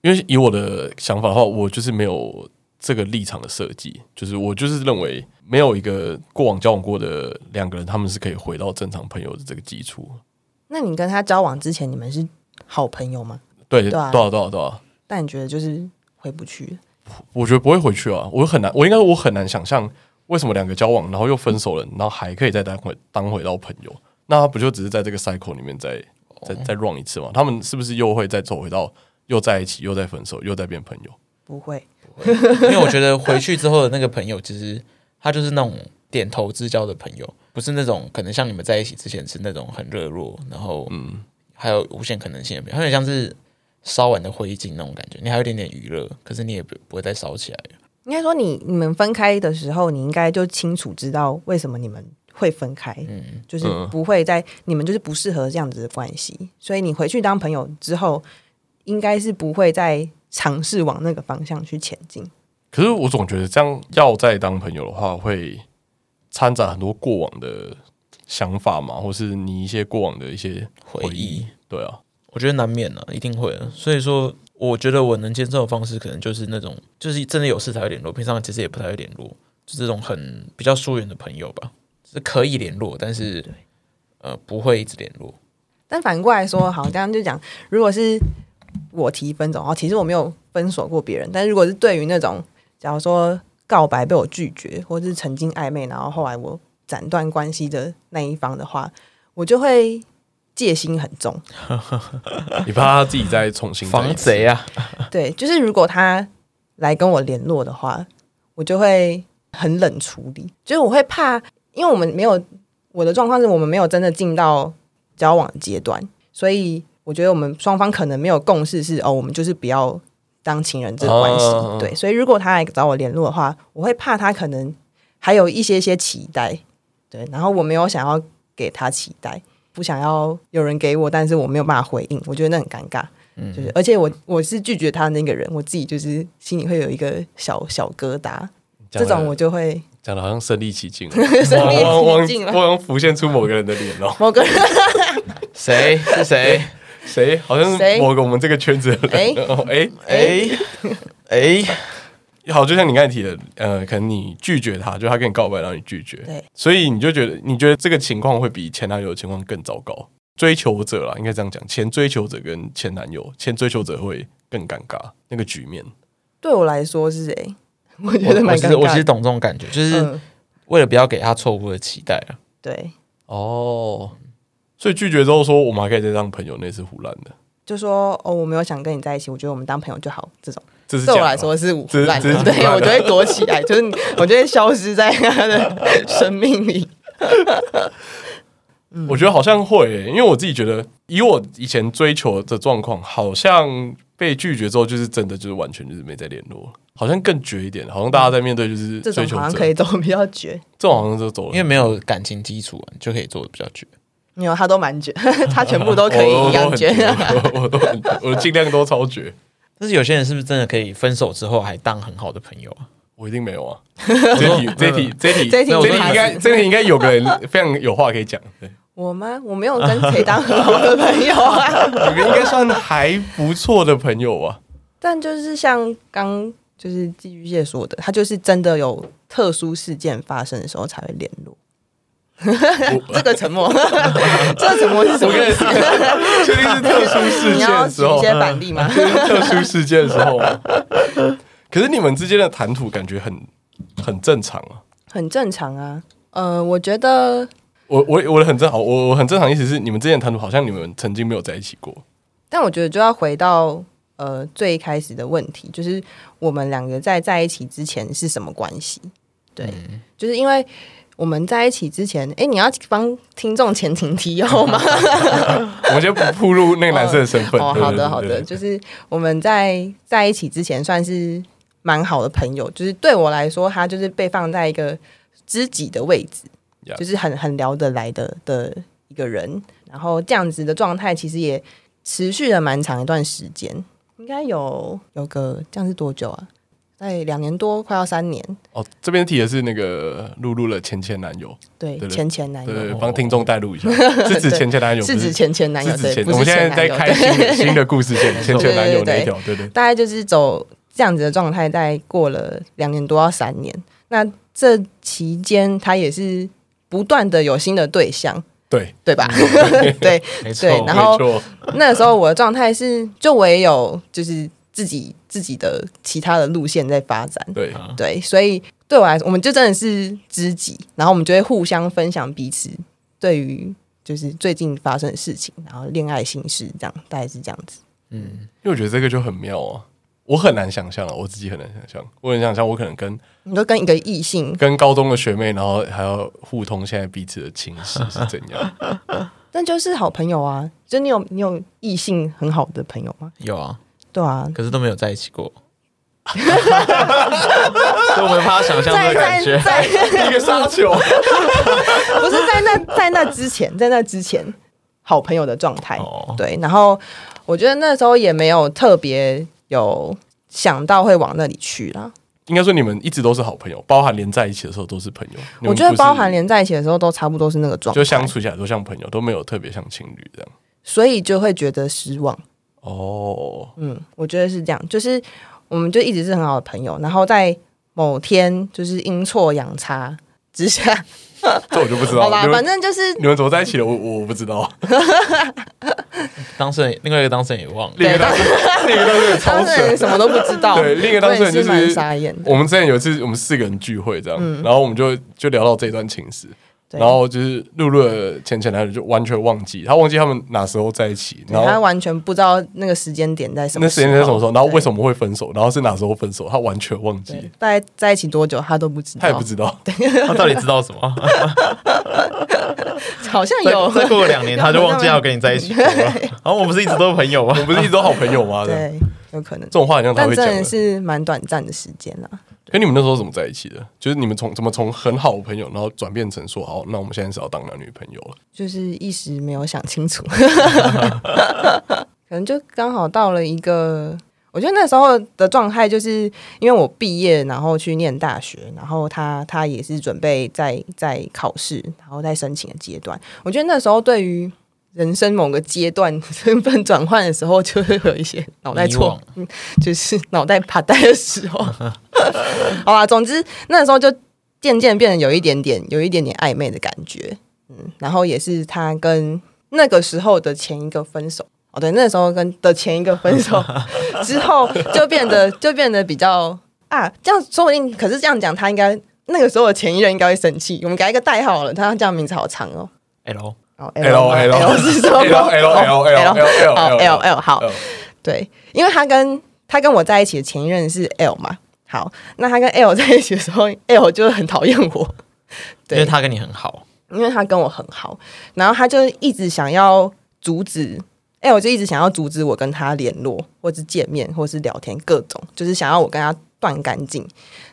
因为以我的想法的话，我就是没有这个立场的设计，就是我就是认为没有一个过往交往过的两个人，他们是可以回到正常朋友的这个基础。
那你跟他交往之前，你们是好朋友吗？
对，
对啊
多少多少多少，
但你觉得就是回不去了。
我觉得不会回去啊，我很难，我应该我很难想象为什么两个交往，然后又分手了，然后还可以再当回当回到朋友，那他不就只是在这个 cycle 里面再
哦
再再 run 一次吗？他们是不是又会再走回到又在一起，又再分手，又再变朋友？
不会，
因为我觉得回去之后的那个朋友，其实他就是那种点头之交的朋友，不是那种可能像你们在一起之前是那种很热络，然后嗯，还有无限可能性的朋友，他有点像是烧完的灰烬那种感觉，你还有一点点余热，可是你也不不会再烧起来了。
应该说你你们分开的时候，你应该就清楚知道为什么你们会分开，
嗯，
就是
嗯
不会在你们就是不适合这样子的关系，所以你回去当朋友之后，应该是不会再尝试往那个方向去前进。
可是我总觉得这样要再当朋友的话，会掺杂很多过往的想法嘛，或是你一些过往的一些
回忆，
对啊，
我觉得难免啊，一定会的。所以说，我觉得我能接受的方式，可能就是那种，就是真的有事才会联络，平常其实也不太会联络，就这种很比较疏远的朋友吧，是可以联络，但
嗯
是呃不会一直联络。
但反过来说，好，刚刚就讲，如果是我提分手，哦，其实我没有分手过别人，但如果是对于那种，假如说告白被我拒绝，或是曾经暧昧，然后后来我斩断关系的那一方的话，我就会戒心很重。
你怕他自己再重新再一
防
次
贼 啊，
对，就是如果他来跟我联络的话，我就会很冷处理，就是我会怕，因为我们没有我的状况是我们没有真的进到交往的阶段，所以我觉得我们双方可能没有共识是哦，我们就是不要当情人这个关系。
哦
对，所以如果他来找我联络的话，我会怕他可能还有一些些期待，对，然后我没有想要给他期待。不想要有人给我，但是我没有办法回应，我觉得那很尴尬。就是，而且我我是拒绝他的那个人，我自己就是心里会有一个小小疙瘩，这种我就会
讲的好像身临其境哦，
身临
我我我
其境
我好像浮现出某个人的脸哦，
某个人
谁是谁？
谁好像
谁
是某个我们这个圈子的人哦，哎
哎哎，
好，就像你刚才提的，呃，可能你拒绝他，就他跟你告白，然后你拒绝，
对，
所以你就觉得，你觉得这个情况会比前男友的情况更糟糕。追求者啦，应该这样讲，前追求者跟前男友，前追求者会更尴尬那个局面。
对我来说是谁？ 我觉得
我
蛮
我其
尴
实我其
尬
实
的。
懂这种感觉，就是
嗯，
为了不要给他错误的期待啊。
对，
哦，所以拒绝之后说我们还可以再当朋友，那是胡乱的，
就说哦，我没有想跟你在一起，我觉得我们当朋友就好。这种
这是
对我
假的
来说是胡
这是
乱
这
的，
是
对
胡乱的
我就会躲起 来，就是我就会消失在他的生命 里。
我觉得好像会耶、因为我自己觉得，以我以前追求的状况，好像被拒绝之后，就是真的就是完全就是没再联络，好像更绝一点，好像大家在面对就是
这种
追求
好像
者
可以走比较绝，
这种好像就走了，
因为没有感情基础、啊，你就可以做的比较绝。
没有他都蛮绝， 他全部都可以
我
一样哦绝。
我我都很绝，我尽量都超绝，
但是有些人是不是真的可以分手之后还当很好的朋友啊？
我一定没有啊。这题这题这题
这一题
这
我
题
就
应
卡
该
死
这题应该有个人非常有话可以讲，对，
我吗？我没有跟谁当很好的朋友啊。
你们应该算还不错的朋友啊。
但就是像刚就是寄居蟹说的，他就是真的有特殊事件发生的时候才会联络。 这个沉默，这个沉默是什
我
么
跟
意
你
思？
确定是特殊事
你
件
要
的时
举一
候，
些反例吗？
这是 特殊事件的时候吗。可是你们之间的谈吐感觉很很正常啊。
很正常啊。呃，我觉得
我我我的很正好，我我很正常，意思是你们之间的谈吐好像你们曾经没有在一起过。
但我觉得就要回到呃最一开始的问题，就是我们两个在在一起之前是什么关系？对，就是因为我们在一起之前，哎，你要帮听众前情提要吗？
我们先不铺露那个男生的身份。
哦，
对
好的好，
对
的，
对
就是我们在在一起之前算是蛮好的朋友，就是对我来说，他就是被放在一个知己的位置
Yeah
就是很很聊得来的的一个人。然后这样子的状态其实也持续了蛮长一段时间，应该有有个这样是多久啊？在两年多，快要三年，
哦，这边提的是那个露露的前前男友，
对
对对
前前男友
对，帮听众带路 一下，是指前前男友，
哎是
不
指前前男友，
是指
对，
前，
不是
我们现
前
在
男
在
友
开
对
新的新的故事线，前前男友那一条，对对。
大概就是走这样子的状态，在过了两年多到三年。那这期间，他也是不断的有新的对象，
对，
对吧？ 对
没
对，然
没
后
错，
那时候我的状态是，就我也有就是自己自己的其他的路线在发展。
对，
对，所以对我来说，我们就真的是知己，然后我们就会互相分享彼此对于就是最近发生的事情，然后恋爱心事，这样大概是这样子。
因为我觉得这个就很妙啊，我很难想象啊，我自己很难想象，我很想象我可能跟
你都跟一个异性，
跟高中的学妹，然后还要互通现在彼此的情史是怎样？
但就是好朋友啊，就你有你有异性很好的朋友吗？
有啊，
对啊，
可是都没有在一起 过。所以我没办法想象这
在
个感
在
觉。
在，
一个杀球，
不是在那在那之前，在那之前好朋友的状态。
哦
对，然后我觉得那时候也没有特别有想到会往那里去啦。
应该说你们一直都是好朋友，包含连在一起的时候都是朋友。你们
我觉得
不是
包含连在一起的时候都差不多是那个状态，
就相处起来都像朋友，都没有特别像情侣这样。
所以就会觉得失望。
哦，
嗯，我觉得是这样，就是我们就一直是很好的朋友，然后在某天就是阴错阳差之下，
这我啊就不知道
好
了。
吧，
你
反
们
正就是
你们怎么在一起的？我我不知道。
当事人另外一个当事人也忘了，
另一个当事人， 另一个当事人
当
超
事人
神。
什么都不知道，
对，另一个当事人就
我也蛮
是
傻眼的。
我们之前有一次，我们四个人聚会这样，然后我们就就聊到这段情史，
嗯对
然后就是露露的前前男友就完全忘记，他忘记他们哪时候在一起，
对
然
他
后
完全不知道那个时间点在什么，
那时间在什么时候，然后为什
么？
么会分手，然后是哪时候分手，他完全忘
对
记，
大概在一起多久他都不知道，
他也不知道。
他到底知道什么？
好像
再
有
再过两年他就忘记要跟你在一起过了。 然后我们不是一直都是朋友吗
我？们 不是一直都好朋友吗？这样
对，有可能
这，种话好像他
但
会
真
讲的
的。是蛮短暂的时间啦。
跟你们那时候怎么在一起的？就是你们从怎么从很好的朋友，然后转变成说，好，那我们现在是要当男女朋友了。
就是一时没有想 清楚，可能就刚好到了一个，我觉得那时候的状态就是因为我毕业，然后去念大学，然后他他也是准备在在考试，然后在申请的阶段，我觉得那时候对于。人生某个阶段 身份转换的时候，就会有一些脑袋
迷
错
惘，
嗯就是 脑袋爬带的时候。好啦，总之那时候就渐渐变得有一点点，有一点点暧昧的感觉。嗯，然后也是他跟那个时候的前一个分手。哦，对，那时候跟的前一个分手 之后，就变得就变得比较啊，这样说不定，可是这样讲，他应该那个时候的前一任应该会生气。我们给他一个代号好了，他这样名字好长哦。
？L
哦
L
吗
L
L 是什么
L L L
哦
L L
好 L
L
L 好
L，
对，因为他跟他跟我在一起的前一任是 L 嘛。好，那他跟 L 在一起的时候，L 就很讨厌我，
因
对
为他跟你很好，
因为他跟我很好，然后他就一直想要阻止，哎、我就一直想要阻止我跟他联络，或是见面，或是聊天，各种就是想要我跟他断干净。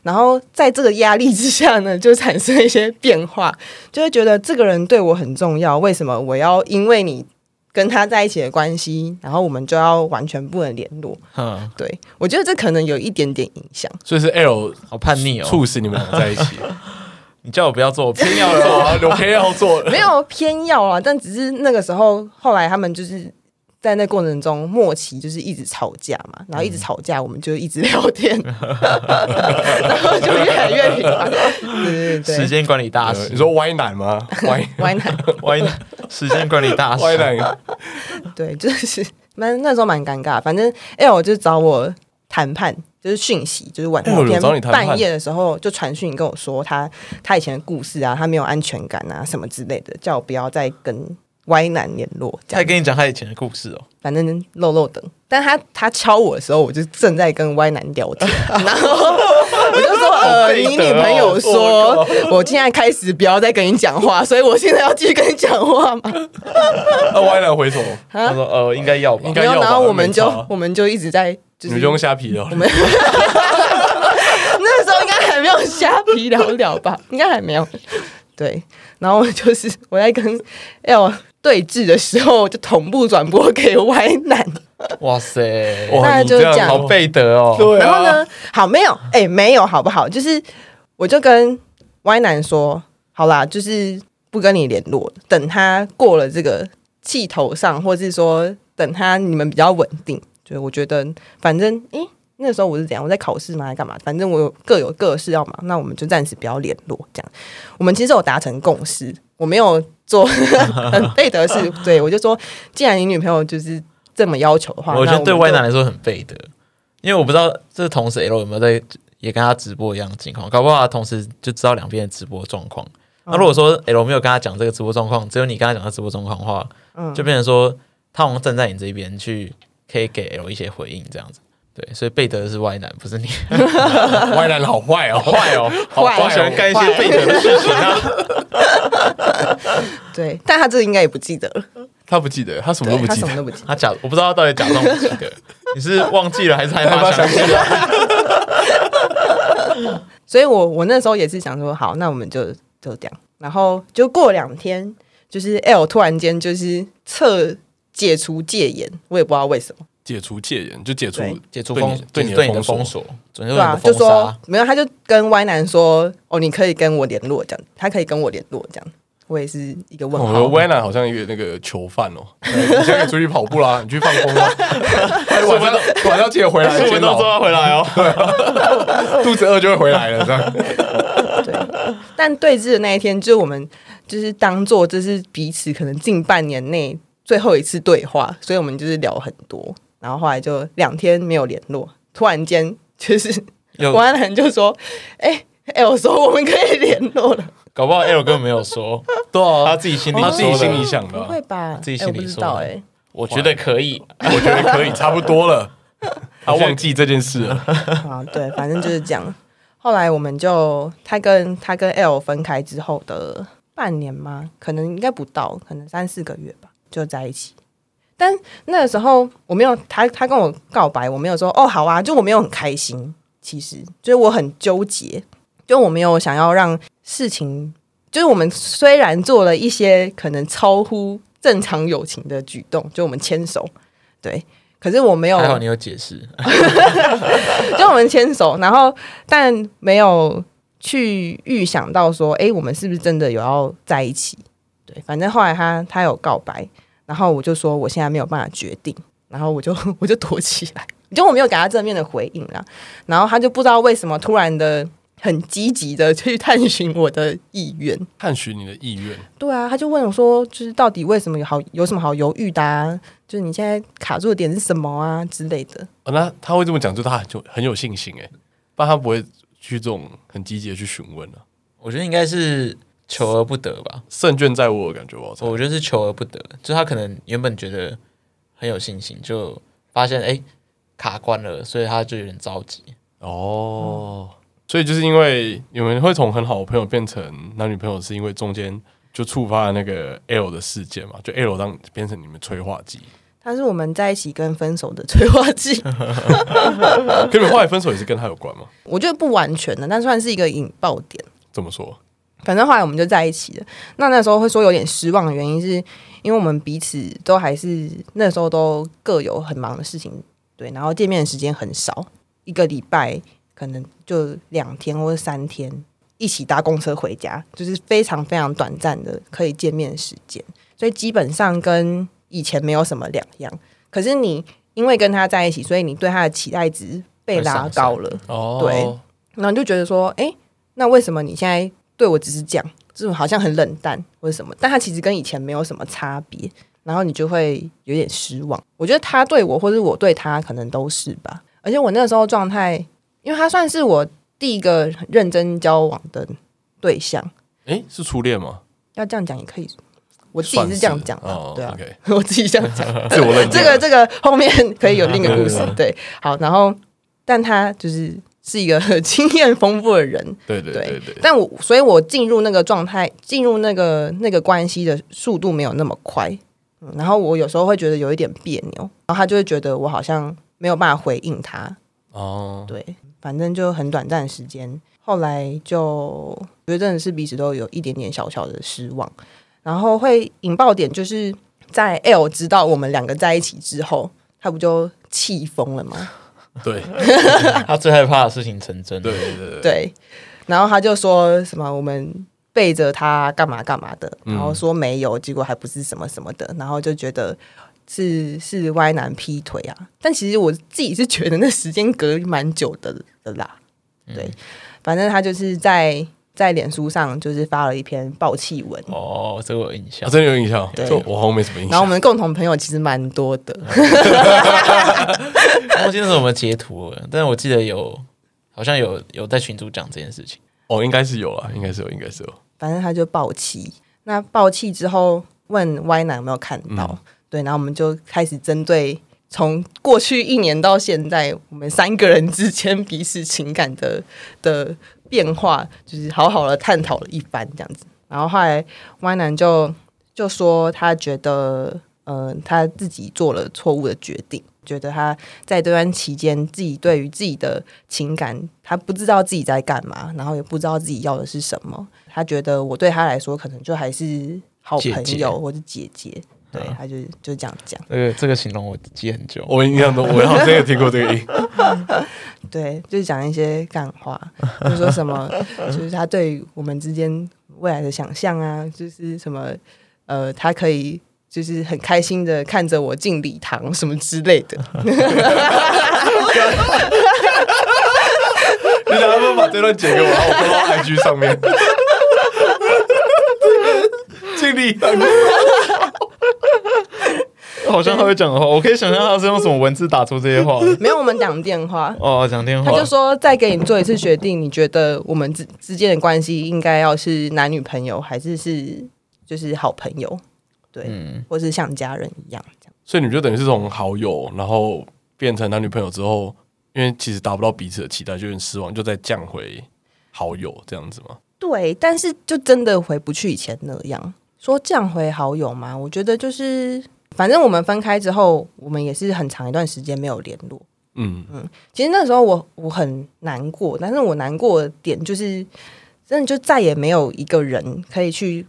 然后在这个压力之下呢，就产生一些变化，就会觉得这个人对我很重要，为什么我要因为你跟他在一起的关系，然后我们就要完全不能联络？
嗯，
对我觉得这可能有一点点影响。
所以是 L
好叛逆哦。
促使你们两个在一起。
你叫我不要做，我偏要
做
做。
啊，我偏要做。
没有偏要啊，但只是那个时候，后来他们就是在那过程中默契就是一直吵架嘛，然后一直吵架，我们就一直聊 天，然后就越来越频繁。对对
时
对，
间管理大
呃
师，
你说歪男吗？歪
歪男，
歪 时间管理 大
歪
师，
男，
对，就是蛮那时候蛮尴尬。反正哎，我就找我谈判。就是讯息，就是晚
哎我
某
有
天
找你谈判
半夜的时候就传讯跟我说他他以前的故事啊，他没有安全感啊什么之类的，叫我不要再跟歪男联络。这
他
样。
哎
跟你讲他以前的故事哦。
反正漏漏等，但他他敲我的时候，我就正在跟歪男聊 天，然后我就说：“呃，
背德哦，Oh
你女朋友说，我现在开始不要再跟你讲话，所以我现在要继续跟你讲话嘛。
那歪男回头，
他说：“呃，应该要吧
应”该
然
要
后
吧
然后我们
没
就
差
我们就一直在就
你
是
们就用虾皮聊。
那时候应该还没有虾皮聊聊吧，应该还没有。对，然后就是我在跟 L 对峙的时候，我就同步转播给歪男。
哇塞，
哇
那
你
就
这样
这样
好贝德哦。
对啊
然后呢，好没有，哎、没有，好不好？就是我就跟歪男说，好啦，就是不跟你联络，等他过了这个气头上，或是说等他你们比较稳定，就我觉得反正，诶、那时候我是怎样？我在考试吗？还干嘛？反正我有各有各的事要忙，那我们就暂时不要联络。这样，我们其实有达成共识，我没有做 很背 德事。对我就说，既然你女朋友就是这么要求的话，
我觉
那
得对
们
歪
就
男来说很贝德，因为我不知道这同事 L 有没有在也跟他直播一样的情况，搞不好他同时就知道两边的直播状况。那如
嗯
果说 L 没有跟他讲这个直播状况，只有你跟他讲这直播状况的话，
嗯
就变成说他好像站在你这边去，可以给 L 一些回应这样子。对，所以背德的是歪男，不是你。
歪男好坏哦， 坏哦，好
坏哦
坏
喜欢
哦。
干一些背德的事情啊。
对，但他这个应该也不记得了，
他不记得，他什么都
对
不
他
记
什么
得。
都不记得。
他假，我不知道他到底假装不记得，你是忘记了还是害
害
怕
怕
想
想
起
起
来？
所以我我那时候也是想说，好，那我们就就这样。然后就过两天，就是 L 突然间就是撤解除戒严，我也不知道为什么，
解除戒严，就解除
对
解除
对
封
你对你的
对你的
封
封锁，准确
对
说
啊
你，的
就
封
说
杀。
没有，他就跟 Y 男说，哦，你可以跟我联络，这样，他可以跟我联络，这样。我也是一个问
哦我觉得
号，
歪男好像一个那个囚犯哦，你现在出去跑步啦，你去放风啦，哎晚上晚上记得 回
啊
来
我
监
们都
牢，
抓回来哦。
肚子饿就会回来了，这样。
但对峙的那一天，就是我们就是当做这是彼此可能近半年内最后一次对话，所以我们就是聊很多，然后后来就两天没有联络，突然间就是
有
王安南就说：“哎、哎，我说我们可以联络了。
搞不好 L 根本没有说，
对
他
啊，
自己心里
他自己
说的
心里，想”
不
的啊，
会吧？
自己
哎我
心里
不知
说
道
的
哎、
我觉得可以。
我觉得可以，差不多了。他忘记这件事了，
啊，对，反正就是这样。后来我们就他跟他跟 L 分开之后的半年吗？可能应该不到，可能三四个月吧，就在一起。但那个时候我没有他，他跟我告白，我没有说哦好啊，就我没有很开心。其实就是我很纠结，就我没有想要让事情，就是我们虽然做了一些可能超乎正常友情的举动，就我们牵手，对，可是我没有
还好你有解释，
就我们牵手，然后但没有去预想到说，哎、我们是不是真的有要在一起？对，反正后来他他有告白，然后我就说我现在没有办法决定，然后我就 我就躲起来，就我没有给他正面的回应啦。然后他就不知道为什么突然的很积极的去探寻我的意愿，
探寻你的意愿，
对啊，他就问我说，就是到底为什么有好有什么好犹豫的、啊？就是你现在卡住的点是什么啊之类的。
哦那他会这么讲，就他很就很有信心哎，不然他不会去这种很积极的去询问了。
我觉得应该是求而不得吧。
胜券在握的感觉吧，
我觉得是求而不得，就他可能原本觉得很有信心，就发现哎、卡关了，所以他就有点着急。
哦，所以就是因为你们会从很好的朋友变成男女朋友，是因为中间就触发了那个 L 的事件嘛？就 L 当变成你们催化剂，
他是我们在一起跟分手的催化剂，
可你们后来分手也是跟他有关吗？
我觉得不完全的，但算是一个引爆点。
怎么说？
反正后来我们就在一起了。那那时候会说有点失望的原因，是因为我们彼此都还是那时候都各有很忙的事情，对，然后见面的时间很少，一个礼拜可能就两天或者三天，一起搭公车回家，就是非常非常短暂的可以见面的时间，所以基本上跟以前没有什么两样。可是你因为跟他在一起，所以你对他的期待值被拉高了。
哦
对，然后你就觉得说，哎、那为什么你现在对我只是这样，这种好像很冷淡或者什么？但他其实跟以前没有什么差别，然后你就会有点失望。我觉得他对我，或者我对他，可能都是吧。而且我那时候状态，因为他算是我第一个认真交往的对象，
哎，是初恋吗？
要这样讲也可以。我自己是这样讲的、
算是哦
对啊
OK
我自己这样讲，
自我认定嗯
这个这个后面可以有另一个故事。对，好，然后但他就是是一个 很经验丰富的人，
对对
对
对对，
但我所以，我进入那个状态，进入那个那个关系的速度没有那么快、嗯然后我有时候会觉得有一点别扭，然后他就会觉得我好像没有办法回应他。
哦，
对，反正就很短暂的时间，后来就觉得真的是彼此都有一点点小小的失望，然后会引爆点就是在 L 知道我们两个在一起之后，他不就气疯了吗？
对
他最害怕的事情成真了
对，对对对，
对，然后他就说什么我们背着他干嘛干嘛的，然后说没有，结果还不是什么什么的，然后就觉得是是歪男劈腿啊。但其实我自己是觉得那时间隔蛮久的的啦，对，反正他就是在在脸书上就是发了一篇抱气文，
哦，这个我有印
啊，
象。
真的有印象，
对
就我好像没什么印
然后我
象。
们共同朋友其实蛮多的，
我忘记那时候我们截图了，但是我记得有好像有有在群主讲这件事情。
哦，应该是有啊，应该是有，应该是有。
反正他就爆气。那爆气之后问 Y 男有没有看到，
嗯
对，然后我们就开始针对从过去一年到现在，我们三个人之间彼此情感的的变化，就是好好的探讨了一番这样子。然后后来 Y 男就就说他觉得，呃，他自己做了错误的决定。觉得他在这段期间，自己对于自己的情感，他不知道自己在干嘛，然后也不知道自己要的是什么。他觉得我对他来说，可能就还是好朋友
姐姐
或者姐姐。对，
嗯
他就就这样讲。
这个这个形容我记很久。
我印象中，我好像也听过这个音。
对，就是讲一些干话，就是说什么，就是他对于我们之间未来的想象啊，就是什么，呃，他可以就是很开心的看着我进礼堂什么之类的，
你想要不要把这段剪给我，然后我放到 IG 上面？尽力。
好像他会讲的话，我可以想象他是用什么文字打出这些话。
没有我们讲电话。
哦，讲电话
他，就说：“再给你做一次决定，你觉得我们之之间的关系应该要是男女朋友，还是是就是好朋友，对，
嗯，
或是像家人一样这样？
所以你们就等于是从好友，然后变成男女朋友之后，因为其实达不到彼此的期待，就有点失望，就再降回好友这样子嘛。
对，但是就真的回不去以前那样。说降回好友嘛，我觉得就是，反正我们分开之后，我们也是很长一段时间没有联络。
嗯，
其实那时候我我很难过，但是我难过的点就是，嗯真的就再也没有一个人可以去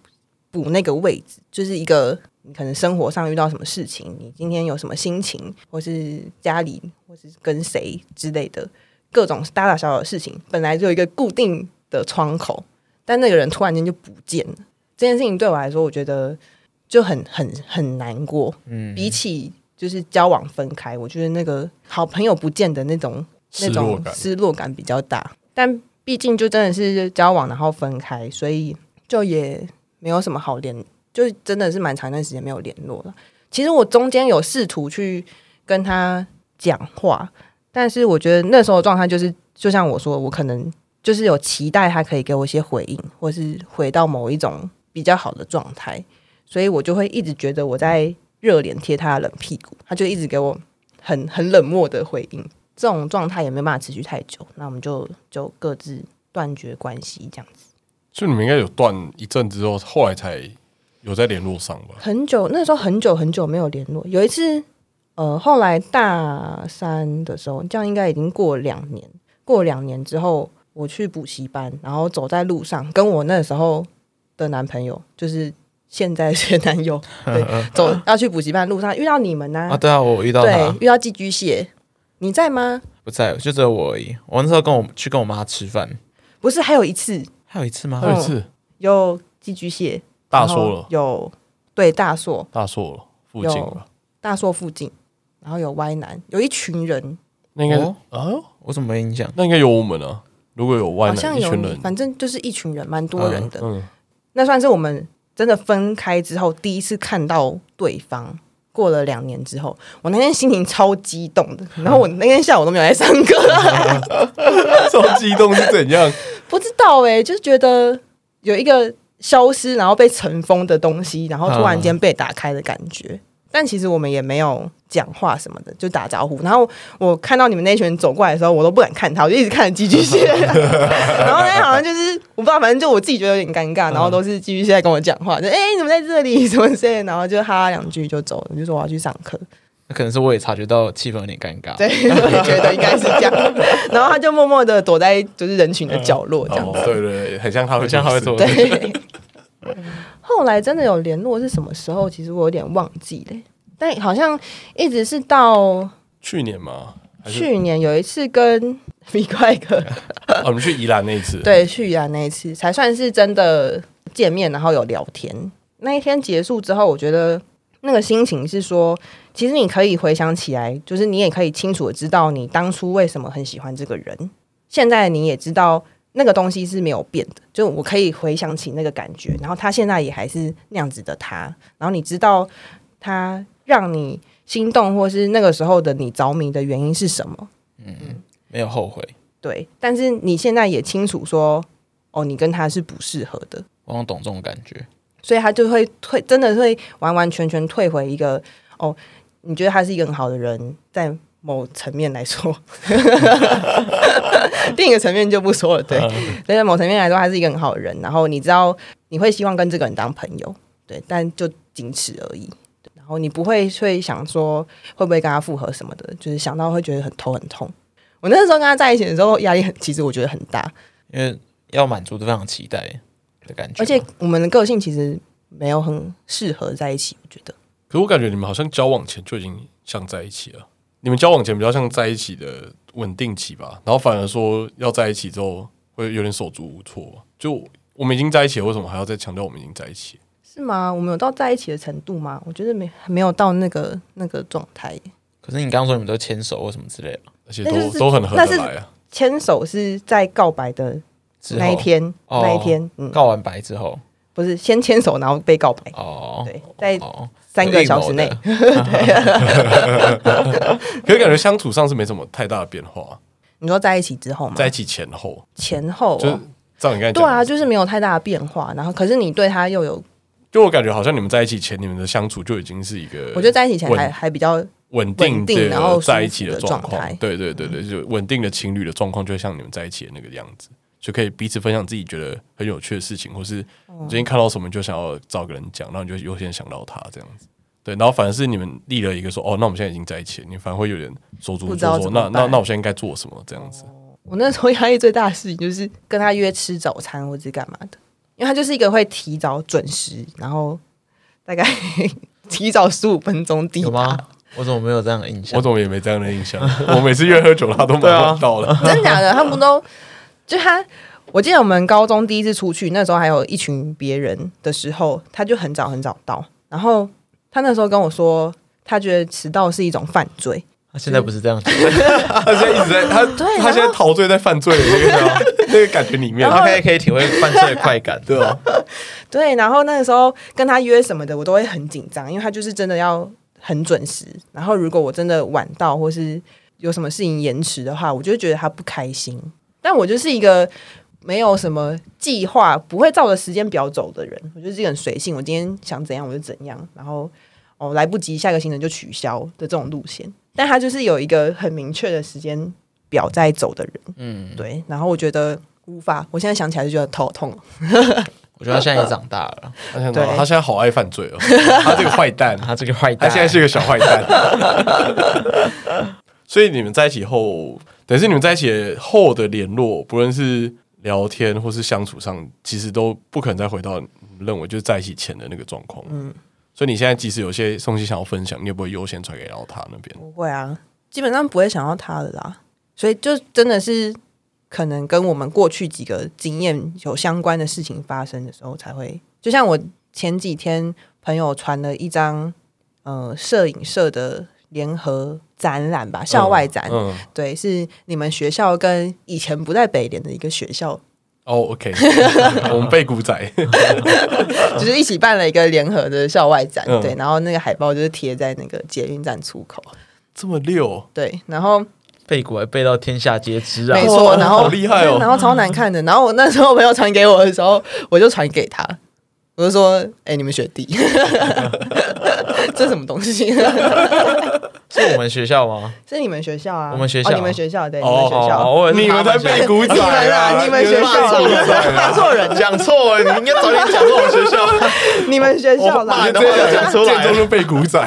补那个位置，就是一个你可能生活上遇到什么事情，你今天有什么心情，或是家里，或是跟谁之类的各种大大小小的事情，本来就有一个固定的窗口，但那个人突然间就不见了。这件事情对我来说，我觉得就很很很难过。嗯，比起就是交往分开，我觉得那个好朋友不见的那种
失
那
落
种
感。
失落感比较大。但毕竟就真的是交往然后分开，所以就也没有什么好联，就真的是蛮长一段时间没有联络了。其实我中间有试图去跟他讲话，但是我觉得那时候的状态就是，就像我说，我可能就是有期待他可以给我一些回应，或是回到某一种比较好的状态，所以我就会一直觉得我在热脸贴他的冷屁股，他就一直给我很很冷漠的回应。这种状态也没办法持续太久，那我们就就各自断绝关系这样子。
所以你们应该有断一阵之后，后来才有在联络上吧？
很久，那时候很久很久没有联络。有一次，呃，后来大三的时候，这样应该已经过两年。过两年之后，我去补习班，然后走在路上，跟我那时候的男朋友，就是现在的前男友，对，走要去补习班路上遇到你们呢、
啊，对啊，我遇到
对
他，
遇到寄居蟹，你在吗？
不在，就只有我而已。我那时候跟我去跟我妈吃饭，
不是，还有一次
还有一次吗？
嗯
还有一次
有寄居蟹，
大
然后
硕了，
有对大硕，
大硕了，附近吧？
大硕附近，然后有歪南，有一群人，
那应该
哦
啊，
我怎么没印象？
那应该有我们啊。如果有外
好
男
像
一
有
群
你，
人，
反正就是一群人，蛮多人的。
嗯，
那算是我们真的分开之后第一次看到对方。过了两年之后，我那天心情超激动的，然后我那天下午都没有来上课，
超激动是怎样？
不知道哎、就是觉得有一个消失然后被尘封的东西，然后突然间被打开的感觉。但其实我们也没有讲话什么的，就打招呼。然后我看到你们那群人走过来的时候，我都不敢看他，我就一直看着寄居蟹。然后那好像就是我不知道，反正就我自己觉得有点尴尬。然后都是寄居蟹在跟我讲话，就哎、你怎么在这里？什么之类的。然后就哈两句就走了，我就说我要去上课。
那可能是我也察觉到气氛有点尴尬。
对，我也觉得应该是这样。然后他就默默的躲在就是人群的角落 这样
哦
子，。
对对对，很像他会，
很像他会做
对，
对， 后来真的有联络是什么时候？其实我有点忘记嘞，但好像一直是到
去年嘛，还是
去年有一次跟 米怪哥
啊我们去宜兰那一次，
对去啊那一次，才算是真的见面，然后有聊天。那一天结束之后，我觉得那个心情是说，其实你可以回想起来，就是你也可以清楚的知道你当初为什么很喜欢这个人，现在你也知道那个东西是没有变的，就我可以回想起那个感觉，然后他现在也还是那样子的他，然后你知道他让你心动，或是那个时候的你着迷的原因是什么？
没有后悔。
对，但是你现在也清楚说，哦，你跟他是不适合的，
我好像懂这种感觉，
所以他就会退，真的会完完全全退回一个哦，你觉得他是一个很好的人，在某层面来说， 另一个层面就不说了，对，所以在某层面来说，他是一个很好的人，然后你知道你会希望跟这个人当朋友，对，但就仅此而已。对然后你不会会想说会不会跟他复合什么的，就是想到会觉得很头很痛。我那时候跟他在一起的时候，压力很，其实我觉得很大，
因为要满足对方的期待的感觉。
而且，我们的个性其实没有很适合在一起，我觉得。
可是我感觉你们好像交往前就已经像在一起了，你们交往前比较像在一起的稳定期吧，然后反而说要在一起之后会有点手足无措。就我们已经在一起了，为什么还要再强调我们已经在一起？
是吗？我们有到在一起的程度吗？我觉得没没有到那个那个状态。
可是你刚刚说你们都牵手或什么之类的，
而且
那
都
哎就是
都很合
那
得
是
来啊。
牵手是在告白的
之后
那一天，
哦
那一天，嗯，
告完白之后，
不是先牵手，然后被告白，
哦，
对，在
哦，
三个小时内
有预谋的，
可是感觉相处上是没什么太大的变化，
你说在一起之后嘛，
在一起前后，
前后、
就是
哦，
照你刚才讲的，
对啊，就是没有太大的变化。然后，可是你对他又有，
就我感觉好像你们在一起前，你们的相处就已经是一个，
我觉得在一起前还
稳
还比较
稳定
稳定然后舒
的
服
在一起
的
状
状态嗯
况，对对对对，就稳定的情侣的状况，就会像你们在一起的那个样子，就可以彼此分享自己觉得很有趣的事情，或是
哦
你最近看到什么，你就想要找个人讲，然后你就优先想到他这样子。对，然后反而是你们立了一个说，哦，那我们现在已经在一起了，你反而会有点手足
不
无
知道
措，
怎
说
么
那那
办哦
那我现在应该做什么这样子。
我那时候压力最大的事情就是跟他约吃早餐或者干嘛的，因为他就是一个会提早准时，然后大概 提早十五分钟抵
有
达。
吗？我怎么没有这样的印象？
我怎么也没这样的印象，我每次约喝酒，他都马
对啊
上 到了。
真假的？他们都就他，我记得我们高中第一次出去，那时候还有一群别人的时候，他就很早很早到，然后他那时候跟我说，他觉得迟到是一种犯罪。
他啊现在不是这样 子，
他现在一直在他
对然后
他现在陶醉在犯罪的那个 那个感觉里面，啊
他可以可以体会犯罪的快 感，对吧？
对，然后那个时候跟他约什么的，我都会很紧张，因为他就是真的要很准时。然后如果我真的晚到或是有什么事情延迟的话，我就会觉得他不开心。但我就是一个没有什么计划，不会照着时间表走的人，我就是一个很随性，我今天想怎样我就怎样，然后哦来不及，下个行程就取消的这种路线。但他就是有一个很明确的时间表在走的人，嗯，对。然后我觉得无法，我现在想起来就觉得头痛。
我觉得他现在也长大了，
他现在
对
他现在好爱犯罪哦， 他这个坏 蛋，
他这个坏
他
蛋，
现在是个小坏蛋。 所以你们在一起后，等于是你们在一起后的联络，不论是聊天或是相处上，其实都不可能再回到你认为就是在一起前的那个状况。嗯，所以你现在即使有些东西想要分享，你也不会优先传给到他那边。
不会啊，基本上不会想要他的啦。所以就真的是可能跟我们过去几个经验有相关的事情发生的时候，才会就像我前几天朋友传了一张呃摄影社的联合展览吧，校外展，
嗯，
对，是你们学校跟以前不在北联的一个学校，
哦、o k 我们被古仔，
就是一起办了一个联合的校外展，
嗯
对，然后那个海报就是贴在那个捷运站出口，
这么溜，
对，然后
背骨还背到天下皆知啊
没！错，
哇
然后
好厉害哦
然后超难看的。然后我那时候朋友传给我的时候，我就传给他，我就说：“哎、你们学 弟，这什么东西？
是我们学校吗？
是你们学校啊？
我们学校
哦你们学校对，你们学校。
哦我以为
你
是他
们才被古仔
你们
啊！
啊，你们学校
骂错人 了
骂错人，
讲 错欸了，你应该早点讲我们学校。
哦你们学校
哦我骂
啦
你，的话都讲出来了
建中就被古仔。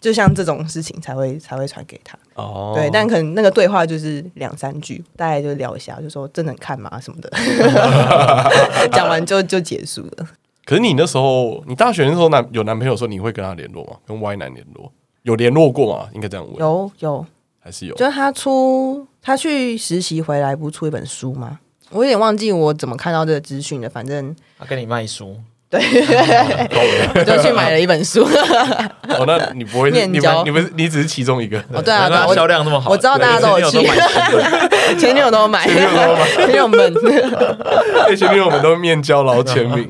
就像这种事情才会才会传给他。
哦
对，但可能那个对话就是两三句，大概就聊一下，就说真能看吗什么 的，讲完就就结束了。
可是你那时候，你大学那时候男有男朋友的时候，你会跟他联络吗？跟 Y 男联络？有联络过吗？应该这样问，
有有，
还是有？
就是他出他去实习回来，不出一本书吗？我有点忘记我怎么看到这个资讯的，反正
他跟你卖书，
我就去买了一本书。
哦，那你不会，
面
你
交
们你们你只是其中一个。
哦，对啊，对啊，
他销
我
量那么好，
我知道大家都有去
对你有都买书
前女友都有买，
啊前女友都有买
前女友们，
而且因为我们都面交，然后签名，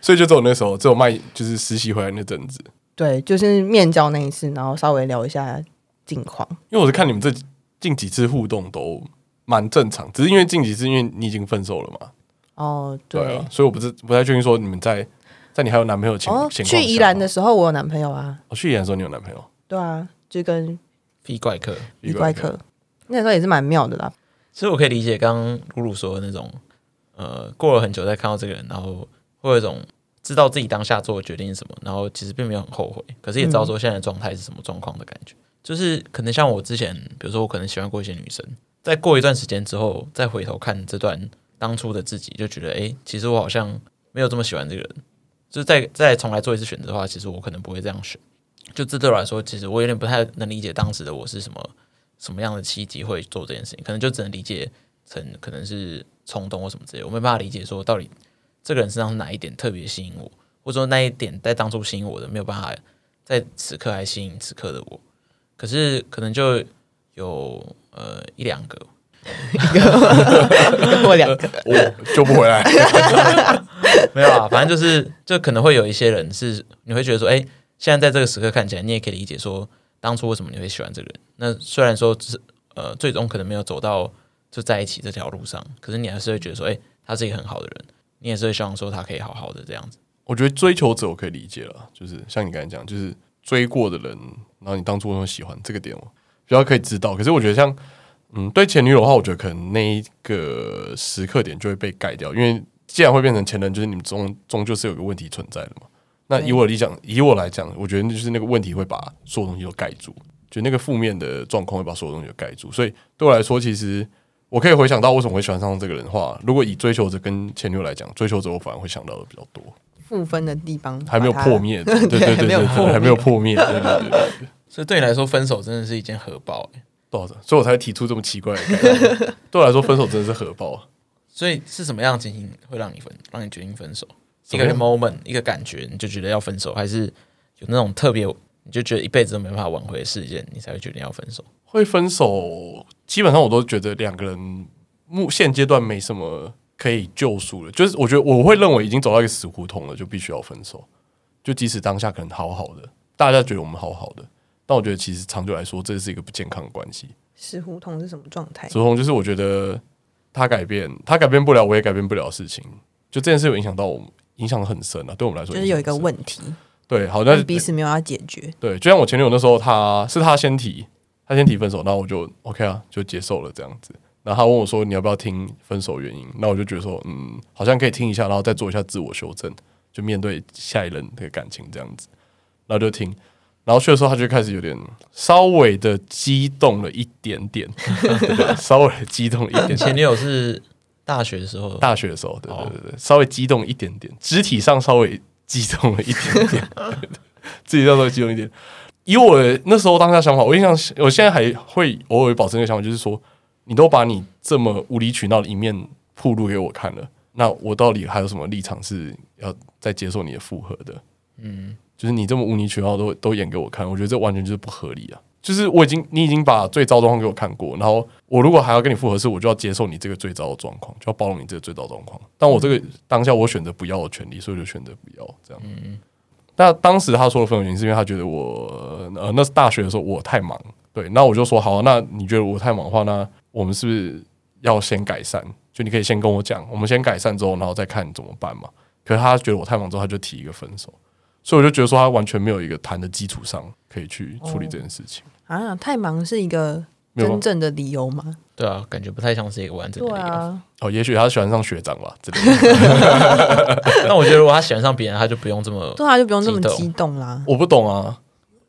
所以就只有那时候，只有卖就是实习回来那阵子，
对，就是面交那一次，然后稍微聊一下近况。
因为我是看你们这近几次互动都蛮正常，只是因为近几次因为你已经分手了嘛，
哦，
对啊，所以我不是不太确定说你们在在你还有男朋友的情
哦，
情
去
况
宜
下
兰的，时候我有男朋友啊，
哦去宜兰的时候你有男朋友，
对啊，就跟
屁怪客。
李怪客，那时候也是蛮妙的啦。
其实我可以理解刚刚露露说的那种，呃，过了很久再看到这个人，然后会有一种知道自己当下做的决定是什么，然后其实并没有很后悔，可是也知道说现在的状态是什么状况的感觉。就是可能像我之前，比如说我可能喜欢过一些女生，在过一段时间之后，再回头看这段当初的自己，就觉得诶，其实我好像没有这么喜欢这个人。就是再再重来做一次选择的话，其实我可能不会这样选。就这对我来说，其实我有点不太能理解当时的我是什么什么样的契机会做这件事情，可能就只能理解成可能是冲动或什么之类的，我没办法理解说到底这个人身上是哪一点特别吸引我，或者说那一点在当初吸引我的没有办法在此刻还吸引此刻的我。可是可能就有呃一两个，
我两个
我救不回来，
没有啊，反正就是就可能会有一些人是你会觉得说，哎、现在在这个时刻看起来，你也可以理解说当初为什么你会喜欢这个人。那虽然说只是呃最终可能没有走到就在一起这条路上，可是你还是会觉得说，哎、他是一个很好的人，你也是会希望说他可以好好的这样子。
我觉得追求者我可以理解了，就是像你刚才讲，就是追过的人，然后你当初会喜欢这个点，我比较可以知道。可是我觉得像，嗯，对前女友的话，我觉得可能那一个时刻点就会被盖掉，因为既然会变成前任，就是你们终终究是有个问题存在的嘛。那以我理讲，以我来讲，我觉得就是那个问题会把所有东西都盖住，就那个负面的状况会把所有东西都盖住。所以对我来说，其实我可以回想到为什么会喜欢上这个人的话，如果以追求者跟前女友来讲，追求者我反而会想到的比较多。
负分的地方
呃还没有
把它
破， 灭的，对对
对
对对
还没有
对，
破灭
还没有破灭，对对对对对，
所以对你来说，分手真的是一件核爆、哎
抱着，所以我才会提出这么奇怪的概 念。对我来说，分手真的是核爆。啊
所以是什么样的情形会让你分，让你决定分手？一
什么
个
样
moment，一个感觉，你就觉得要分手，还是有那种特别，你就觉得一辈子都没办法挽回的事件，你才会决定要分手？
会分手，基本上我都觉得两个人目现阶段没什么可以救赎了，就是我觉得我会认为已经走到一个死胡同了，就必须要分手。就即使当下可能好好的，大家觉得我们好好的，但我觉得其实长久来说，这是一个不健康的关系。
死胡同是什么状态？
子红就是我觉得他改变，他改变不了，我也改变不了的事情，就这件事有影响到我们，影响得很深啊。对我们来说，
就是有一个问题，
对，好，那
但彼此没有要解决。
对，就像我前女友那时候，她是她先提，她先提分手，然后我就 OK 啊，就接受了这样子。然后她问我说：“你要不要听分手原因？”那我就觉得说，嗯，好像可以听一下，然后再做一下自我修正，就面对下一任的感情这样子。然后就听，然后去的时候，她就开始有点稍微的激动了一点点， 对对稍微地激动了一点
你
点。
前女友是大学的时候，
大学的时候，对
哦
对对对，稍微激动一点点，肢体上稍微激动了一点点，肢体上稍微激动一点。以我那时候当下想法，我印象是，我现在还会偶尔保持那个想法，就是说，你都把你这么无理取闹的一面暴露给我看了，那我到底还有什么立场是要再接受你的附和的？就是你这么无理取闹都都演给我看，我觉得这完全就是不合理啊！就是我已经你已经把最糟的状况给我看过，然后我如果还要跟你复合是，我就要接受你这个最糟的状况，就要包容你这个最糟的状况。但我这个当下我选择不要的权利，所以我就选择不要这样。那当时他说的分手原因是因为他觉得我呃那是大学的时候我太忙，对，那我就说好啊、那你觉得我太忙的话，那我们是不是要先改善？就你可以先跟我讲，我们先改善之后，然后再看怎么办嘛。可是他觉得我太忙之后，他就提一个分手。所以我就觉得说他完全没有一个谈的基础上可以去处理这件事情，
啊，太忙是一个
没
真
有办法
正的理由吗？
对啊，感觉不太像是一个完整的
对
理由。
啊，
哦，也许他喜欢上学长吧之类的，
但我觉得如果他喜欢上别人，他就不用这么，
对啊，就不用这么
激动
激动啦。
我不懂啊，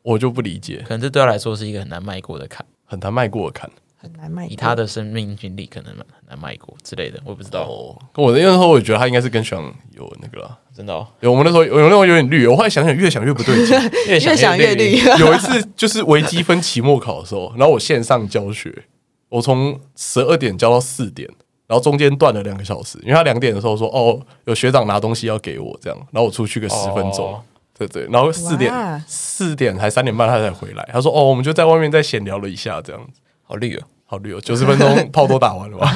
我就不理解，
可能这对他来说是一个很难迈过的坎，
很难迈过的坎。
很难卖。
以他的生命经历，可能很难迈过之类的，我也不知道，
哦，跟我那时候我也觉得他应该是跟学长有那个啦，
真的、哦、
有我们那时候有我那时候有点绿，我后来想想越想越不 对劲。
越
越想
越
越绿，
有一次就是微积分期末考的时候，然后我线上教学，我从十二点教到四点，然后中间断了两个小时，因为他两点的时候说哦有学长拿东西要给我这样，然后我出去个十分钟。
哦
对对，然后四点
哇
四点还三点半他才回来，他说哦，我们就在外面再闲聊了一下这样子，
好绿哦。
好绿哦，九十分钟炮都打完 了吧？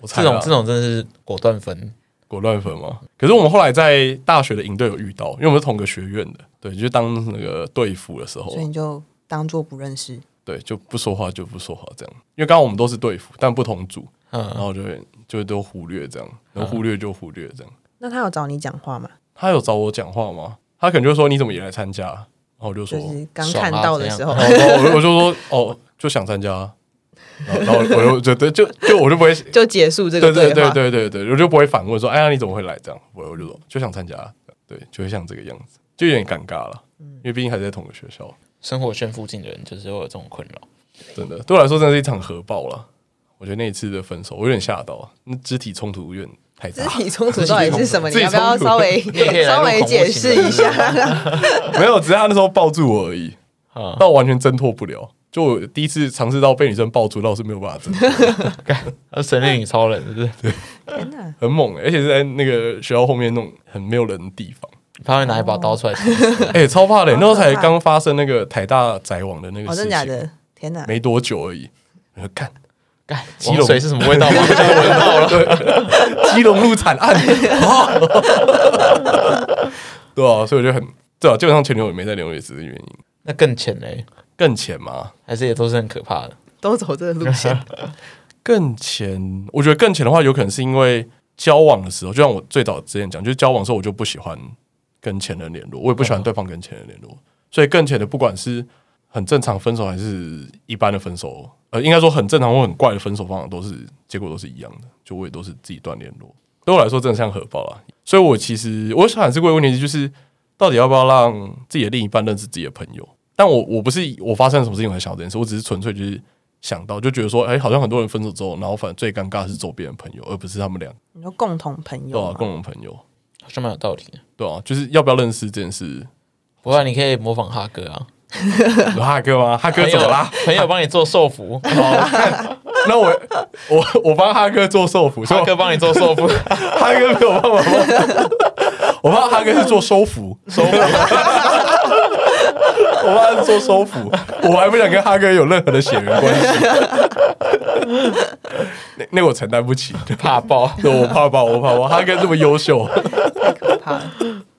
我猜
这
啊啦
种这种真的是果断分，
果断粉嘛。可是我们后来在大学的营队有遇到，因为我们是同个学院的，对，就当那个队服的时候
所，以你就当做不认识。
对，就不说话就不说话这样。因为刚刚我们都是队服，但不同组，然
嗯，
后就会就都忽略这样，能忽略就忽略这样。
那他有找你讲话吗？
他有找我讲话吗？他可能就说你怎么也来参加？然后我就
就
说，
是刚
爽啊
看到的时候，
然后然后我我就说哦，就想参加啊。然后然后我就就就就我就不会
就结束这
对
个
对
话。
对对对对，我就不会反问说，哎呀，你怎么会来这样？我我就说就想参加，对，就会像这个样子，就有点尴尬了，
嗯
因为毕竟还在同个学校，
生活圈附近的人就是会有这种困扰。
真的对我来说真的是一场核爆了。我觉得那一次的分手，我有点吓到，那肢体冲突有点太
肢
大。
体冲突到底是什么？
自
你
己
要不
冲突
要稍微
你也可以来
稍
录
微
恐怖
解
情
释
人
一下？
没有，只是他那时候抱住我而 已，
啊，
但我完全挣脱不了。就我第一次尝试到被女生抱住，但我是没有办法挣脱，
他啊是神力女超人是不是？
天哪！
很猛、欸，而且是在那个学校后面那种很没有人的地 方，
他会拿一把刀出来，
哎、超怕的、那时候才
好可怕
刚发生那个台大宅网的那个
哦，
事
真的
情，
假的？天哪！
没多久而已，我就看
干，
基隆
王水是什么味道吗？
基隆路惨案， 对啊，所以我就很对啊，基本上前女友也没在联络，也只是原因
那更浅嘞，
更前嘛，
还是也都是很可怕的。
都走这个路线，
更前，我觉得更前的话，有可能是因为交往的时候，就像我最早之前讲，就是交往的时候我就不喜欢跟前任联络，我也不喜欢对方跟前任联络，所以更前的不管是很正常分手还是一般的分手，呃，应该说很正常或很怪的分手方法，都是结果都是一样的，就我也都是自己断联络，对我来说真的像核爆啦。所以我其实我想这个问题就是，到底要不要让自己的另一半认识自己的朋友？但我我不是以我发生了什么事情我才想到这件事，我只是纯粹就是想到，就觉得说，哎、好像很多人分手之后，然后反正最尴尬的是周边的朋友，而不是他们俩
你说共同朋
对
友
啊，
吗
共同朋友
好像蛮有道理的。
对啊，就是要不要认识这件事。
不然你可以模仿哈哥啊，
有哈哥吗？哈哥
朋
怎
友
么啦？？
朋友帮你做寿 服，
那我我我帮哈哥做寿服，所
哈
以我
哥帮你做寿服，
哈哥没有办法帮我，我帮哈哥是做收服，收服。我帮他是做收服，我还不想跟哈哥有任何的血缘关系，那那个我承担不起，
怕爆。
对我怕吧，我怕吧，哈哥这么优秀，
好，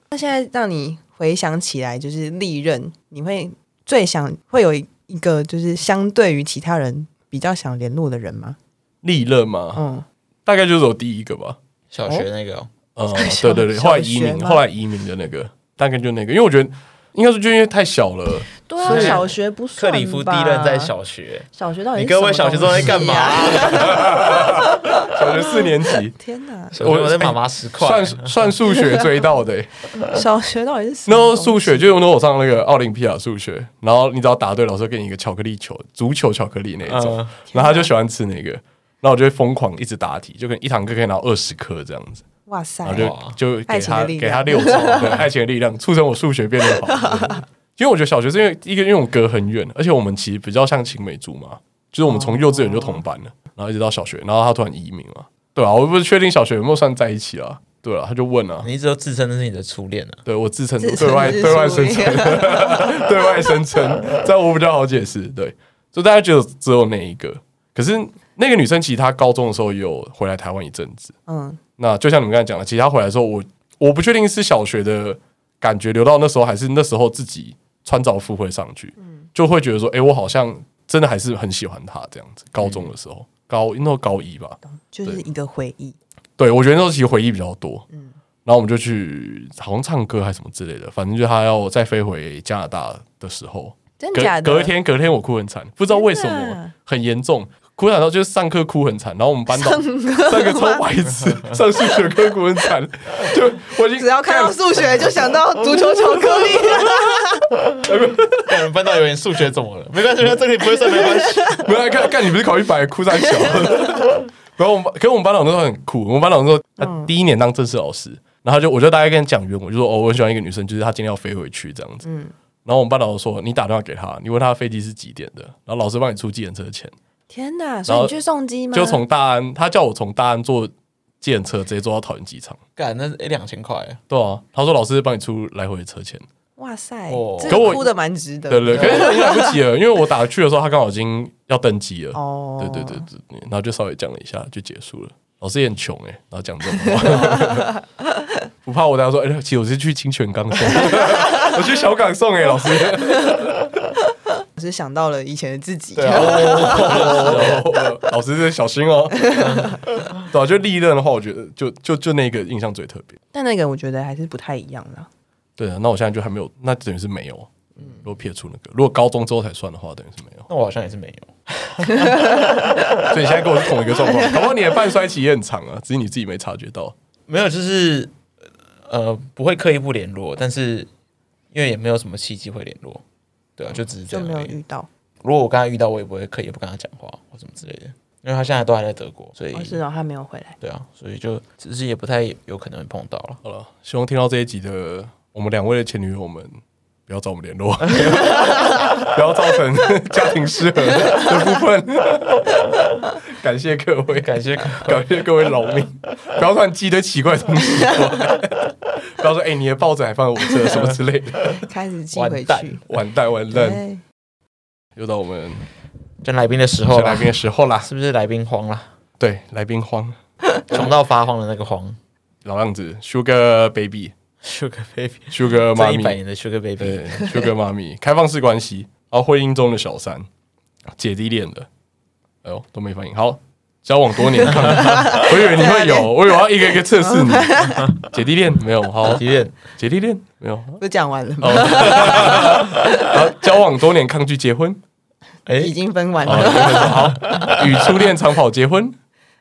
那现在让你回想起来，就是历任，你会最想会有一个就是相对于其他人比较想联络的人吗？
利刃嘛，
嗯，
大概就是我第一个吧。
小学那个哦，
嗯，对对对，
小
后来移
小学
民，
吗
后来移民的那个，大概就那个，因为我觉得应该是就因为太小了，
对
所
啊，
以
小学不
克
算吧
里夫第一任在小学，
小学到底
你
是
各位
什
小
么
学生在干嘛
东西啊？，
小学四年级
天哪，
小学我在妈妈十块，
算算数学追到的、欸，
小学到底是什
那
么
时候
东西
数学就是那时候我上那个奥林匹亚数学，然后你只要答对，老师会给你一个巧克力球，足球巧克力那一种，
嗯
然后他就喜欢吃那个。然后我就会疯狂一直答题，就跟一堂课可以拿二十颗这样子，
哇塞
然后，
哇
啊就就给
爱情
他
的力量
给他六招，对， 爱情的力量促成我数学变得好。 对因为我觉得小学是因为一个因为我们隔很远，而且我们其实比较像青梅竹马，就是我们从幼稚园就同班了，然后一直到小学，然后他突然移民了，对啊，我不确定小学有没有算在一起啊，对啊，他就问啊，
你一直都自称那是你的初恋啊，
对我自称
自称
对外
是
对外
初
声
恋
称 对外声称，这样我比较好解释。对，就大家觉得只有那一个，可是那个女生其实她高中的时候也有回来台湾一阵子。
嗯，
那就像你们刚才讲的，其实她回来的时候，我我不确定是小学的感觉留到那时候，还是那时候自己穿着赴会上去，就会觉得说，哎、我好像真的还是很喜欢她这样子。高中的时候，高那时候高一吧，
就是一个回忆。
对，我觉得那时候其实回忆比较多。嗯，然后我们就去好像唱歌还是什么之类的，反正就他要再飞回加拿大的时候，
真
隔
假的？
隔天隔天我哭很惨，不知道为什
天
么
哪
很严重，哭惨到就是上课哭很惨，然后我们班导上课超白痴，上数学课哭很惨， 就我已经
只要看到数学就想到足球巧克力，
让人班导有点数学怎么了？没关系，没关系这个你不会算没关 系。
没有看看你不是考一百，哭三小。 然后我们，可是我们班长那时候很酷，我们班长那时候他第一年当正式老师，然后他就我就大概跟他讲原委，我就说哦，我很喜欢一个女生，就是她今天要飞回去这样子。
嗯
然后我们班长就说你打电话给她，你问她飞机是几点的，然后老师帮你出计程车钱，
天哪！所以你去送机吗？
就从大安，他叫我从大安坐计程车直接坐到桃园机场。
干，那是一两千块啊，
对啊，他说老师帮你出来回车钱，
哇塞
哦，
这
可
个
我
哭的蛮值得
对对，
的。
可是有点来不及了，因为我打去的时候，他刚好已经要登机了。
哦，
对对对对对，然后就稍微讲了一下就结束了。老师也很穷哎、然后讲这种话， 不怕我等下说，哎、其实我是去清泉岗送， 我去小港送哎、老师。
我是想到了以前的自己。
对啊，哦老师这小心哦。 对啊，就利刃的话，我觉得就就就那个印象最特别。
但那个我觉得还是不太一样啦。
对啊，那我现在就还没有，那等于是没有。如果撇除那个，如果高中之后才算的话，等于是没有。
那我好像也是没有。
所以你现在跟我是同一个状况，搞不好你的半衰期也很长啊，只是你自己没察觉到。
没有，就是呃，不会刻意不联络，但是因为也没有什么契机会联络，对啊，就只是这
就
样
没有
而已。
遇到。
如果我跟他遇到，我也不会刻意不跟他讲话或什么之类的，因为他现在都还在德国，所以、
我是哦，他没有回来。
对啊，所以就只是也不太有可能会碰到了。
好了，希望听到这一集的我们两位的前女友们，不要找我们 联络，不要造成家庭失和的部分。 感谢各位，
感谢
感谢各位劳命，不要突然寄一堆奇怪的东西过来， 不要说哎、你的抱枕还放在我 这什么之类的，
开始寄回
完蛋
去。哎
完蛋完 蛋，
对，
又到我们
真来宾的时候
请来
啦，
宾的时候啦，
是不是来宾慌了？
对，来宾慌，
穷到发慌的那个慌
老样子，Sugar Baby，Sugar
，Sugar Baby，这一
Mommy
百。年的 Sugar Baby，
对，Sugar 妈咪， 开放式关系，然后婚姻中的小三，姐弟恋的，哎呦都没反应。好，交往多年， 看我以为你会有，我以为我要一个一个测试你。姐弟恋没有，好，
体验
姐弟恋没有。
不是讲完了吗？
哦，好，交往多年抗拒结婚，
哎，
已经分完
好，
了，
好，与初恋长跑结婚，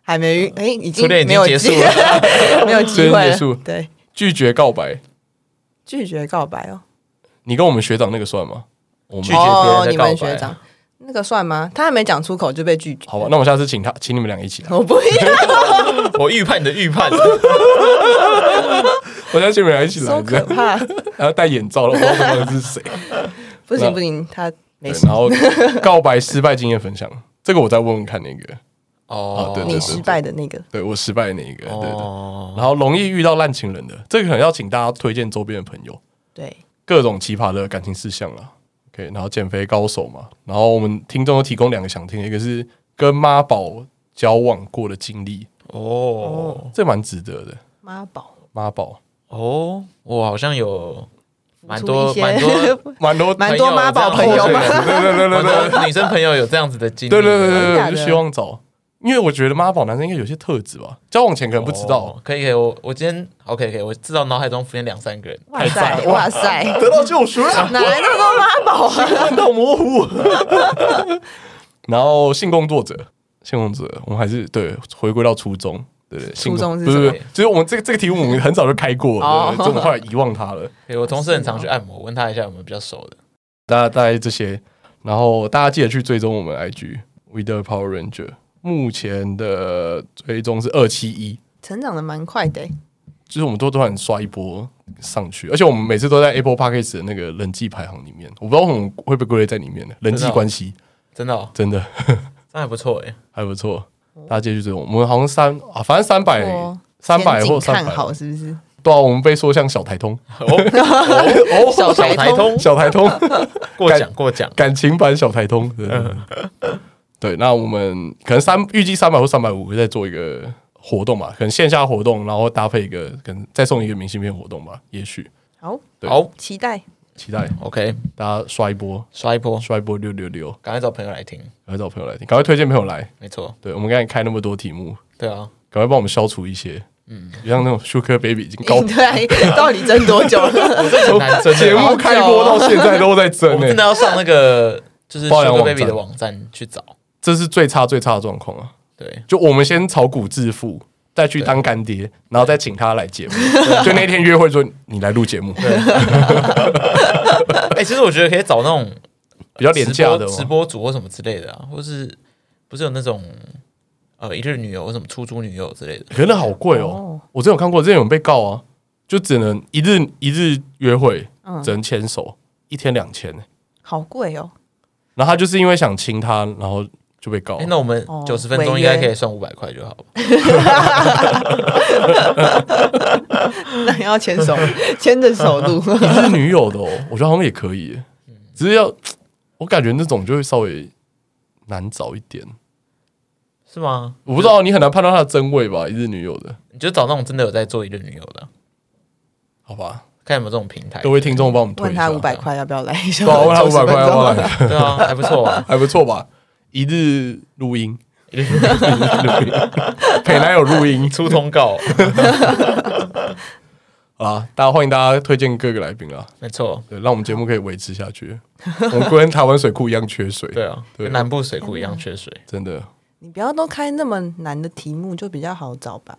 还没哎，已
初
经
恋已
没有
经结束
机，
了，
没有机会
初恋结束
了。对，
拒绝告白，
拒绝告白哦。
你跟我们学长那个算吗？我们
拒绝别人的告
哦
白，
你们学长那个算吗？他还没讲出口就被拒绝。
好吧，那我下次请他，请你们俩一起来。
我不啊要，
我预判你的预判，
我下次请你们俩一起来
好，
这
可
样
怕！
然后戴眼罩了，我不知道对方是谁。
不行不行，他没
对
事
然。后告白失败经验分享，这个我再问问看那个，
哦
啊对对
你
对
失败的那个，
对我失败的那一个，对对。
哦，
然后容易遇到烂情人的，这个可能要请大家推荐周边的朋友，
对，
各种奇葩的感情事项啦。OK，然后减肥高手嘛，然后我们听众有提供两个想听的，一个是跟妈宝交往过的经历，
哦
这蛮值得的。
妈宝，
妈宝
哦，我好像有蛮多
付出一些
蛮多
蛮多，对
蛮多妈宝朋友
嘛
吧，
对对对
蛮
对对
多女生朋友有这样子的经历，
对对对对，
假的
我就希望找，因为我觉得妈宝男生应该有些特质吧，交往前可能不知道，
哦，可以可以，我我今天 OK 可以，我至少脑海中浮现两三个人，
哇塞哇塞，
得到救赎了。
哪来那么多妈宝啊？
看 到模糊。然后性工作者，性工作者，我们还是对回归到初衷，对对，性
初
工
衷是
不
什
是
么
不是，就是我们这个这个题目我们很早就开过了，
哦
对对对我们后来遗忘它了。
对我同事很常去按摩，问他一下有没有比较熟的。
大家大概这些，然后大家记得去追踪我们 IG We the Power Ranger，目前的追踪是二七一。
成长的蛮快的欸，
就是我们都突然刷一波上去，而且我们每次都在 Apple Podcast 的那个人际排行里面，我不知道我们会被归类在里面的人际
真的哦
关系，
真的、哦，
真的。
那还不错哎。
还不错，大家继续追踪。我们好像三啊，反正三百
哦、
三百
前景
或三
看
百，
好是不是？
对啊，我们被说像小台通，
哦，
小
小台
台
通
小台通
过奖过奖，
感情版小台通。对对对对，那我们可能三预计三百或三百五会再做一个活动吧，可能线下活动，然后搭配一个，可能再送一个明信片活动吧，也许
好，
对
好
期待
期待
，OK，
大家刷一波，
刷一波，
刷一波六六六，
赶快找朋友来听，
赶快找朋友来听，赶快推荐朋友来。
没错，
对我们刚才开那么多题目，
对啊，
赶快帮我们消除一些，嗯，像那种 Sugar Baby 已经高
对，到底争多久了？
很难欸真
节
的，
目开播到现在都在
啊我
争欸
们
呢、
真的要上那个就是
包养网
Sugar
站
Baby 的网站去找，
这是最差最差的状况啊！
对，
就我们先炒股致富，再去当干爹，然后再请他来节目。 就那天约会说你来录节目，
哎，其实我觉得可以找那种
比较廉价的
直播直
哦。
播主或什么之类的啊，或是不是有那种呃一日女友或什么出租女友之类的，
可是那好贵哦
哦！
我之前有看过，之前有人被告啊，就只能一日一日约会，
嗯
只能牵手，一天两千。欸
好贵哦，
然后他就是因为想亲她，然后就被告
哎，那我们
哦
九十分钟
违
应
约
该可以算五百块就好了。
那 要牵 手，牵着手录。
你是女友的哦，我觉得好像也可以耶，只是要我感觉那种就会稍微难找一点。
是吗？
我不知道你很难判断他的真伪吧？一日女友的，
你就找那种真的有在做一日女友的啊，
好吧？
看有没有这种平台。
各位听众帮我们推
问
一下
他五，百块要不要来一下？
对啊，问他五百
90分
块要
钟
不要来？
对啊，还不错 啊。
还不错吧？一日录音，陪男友录音
出通告，
啊！大家欢迎大家推荐各个来宾啊，
没错，
对，让我们节目可以维持下去。我们跟台湾水库一样缺水，
对啊，
对
跟南部水库一样缺水。
真的
你不要都开那么难的题目，就比较好找吧。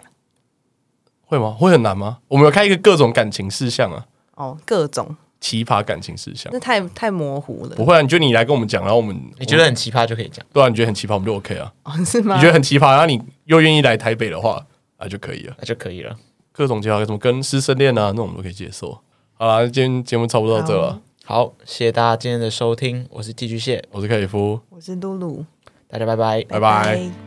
会吗？会很难吗？我们有开一个各种感情事项啊，
哦，各种，
奇葩感情事项
那。太太模糊了
不，会啊，你觉得你来跟我们讲，然后我们
你觉得很奇葩就可以讲，
对啊？你觉得很奇葩，我们就 OK 啊。
哦，是吗？
你觉得很奇葩，然后你又愿意来台北的话，啊就可以了。
那就可以了。
各种奇葩，什么跟师生恋啊，那我们都可以接受。好啦，今天节目差不多到这了
好。
好，谢谢大家今天的收听，我是寄居蟹，
我是凯里夫，
我是露露，
大家拜拜。
拜拜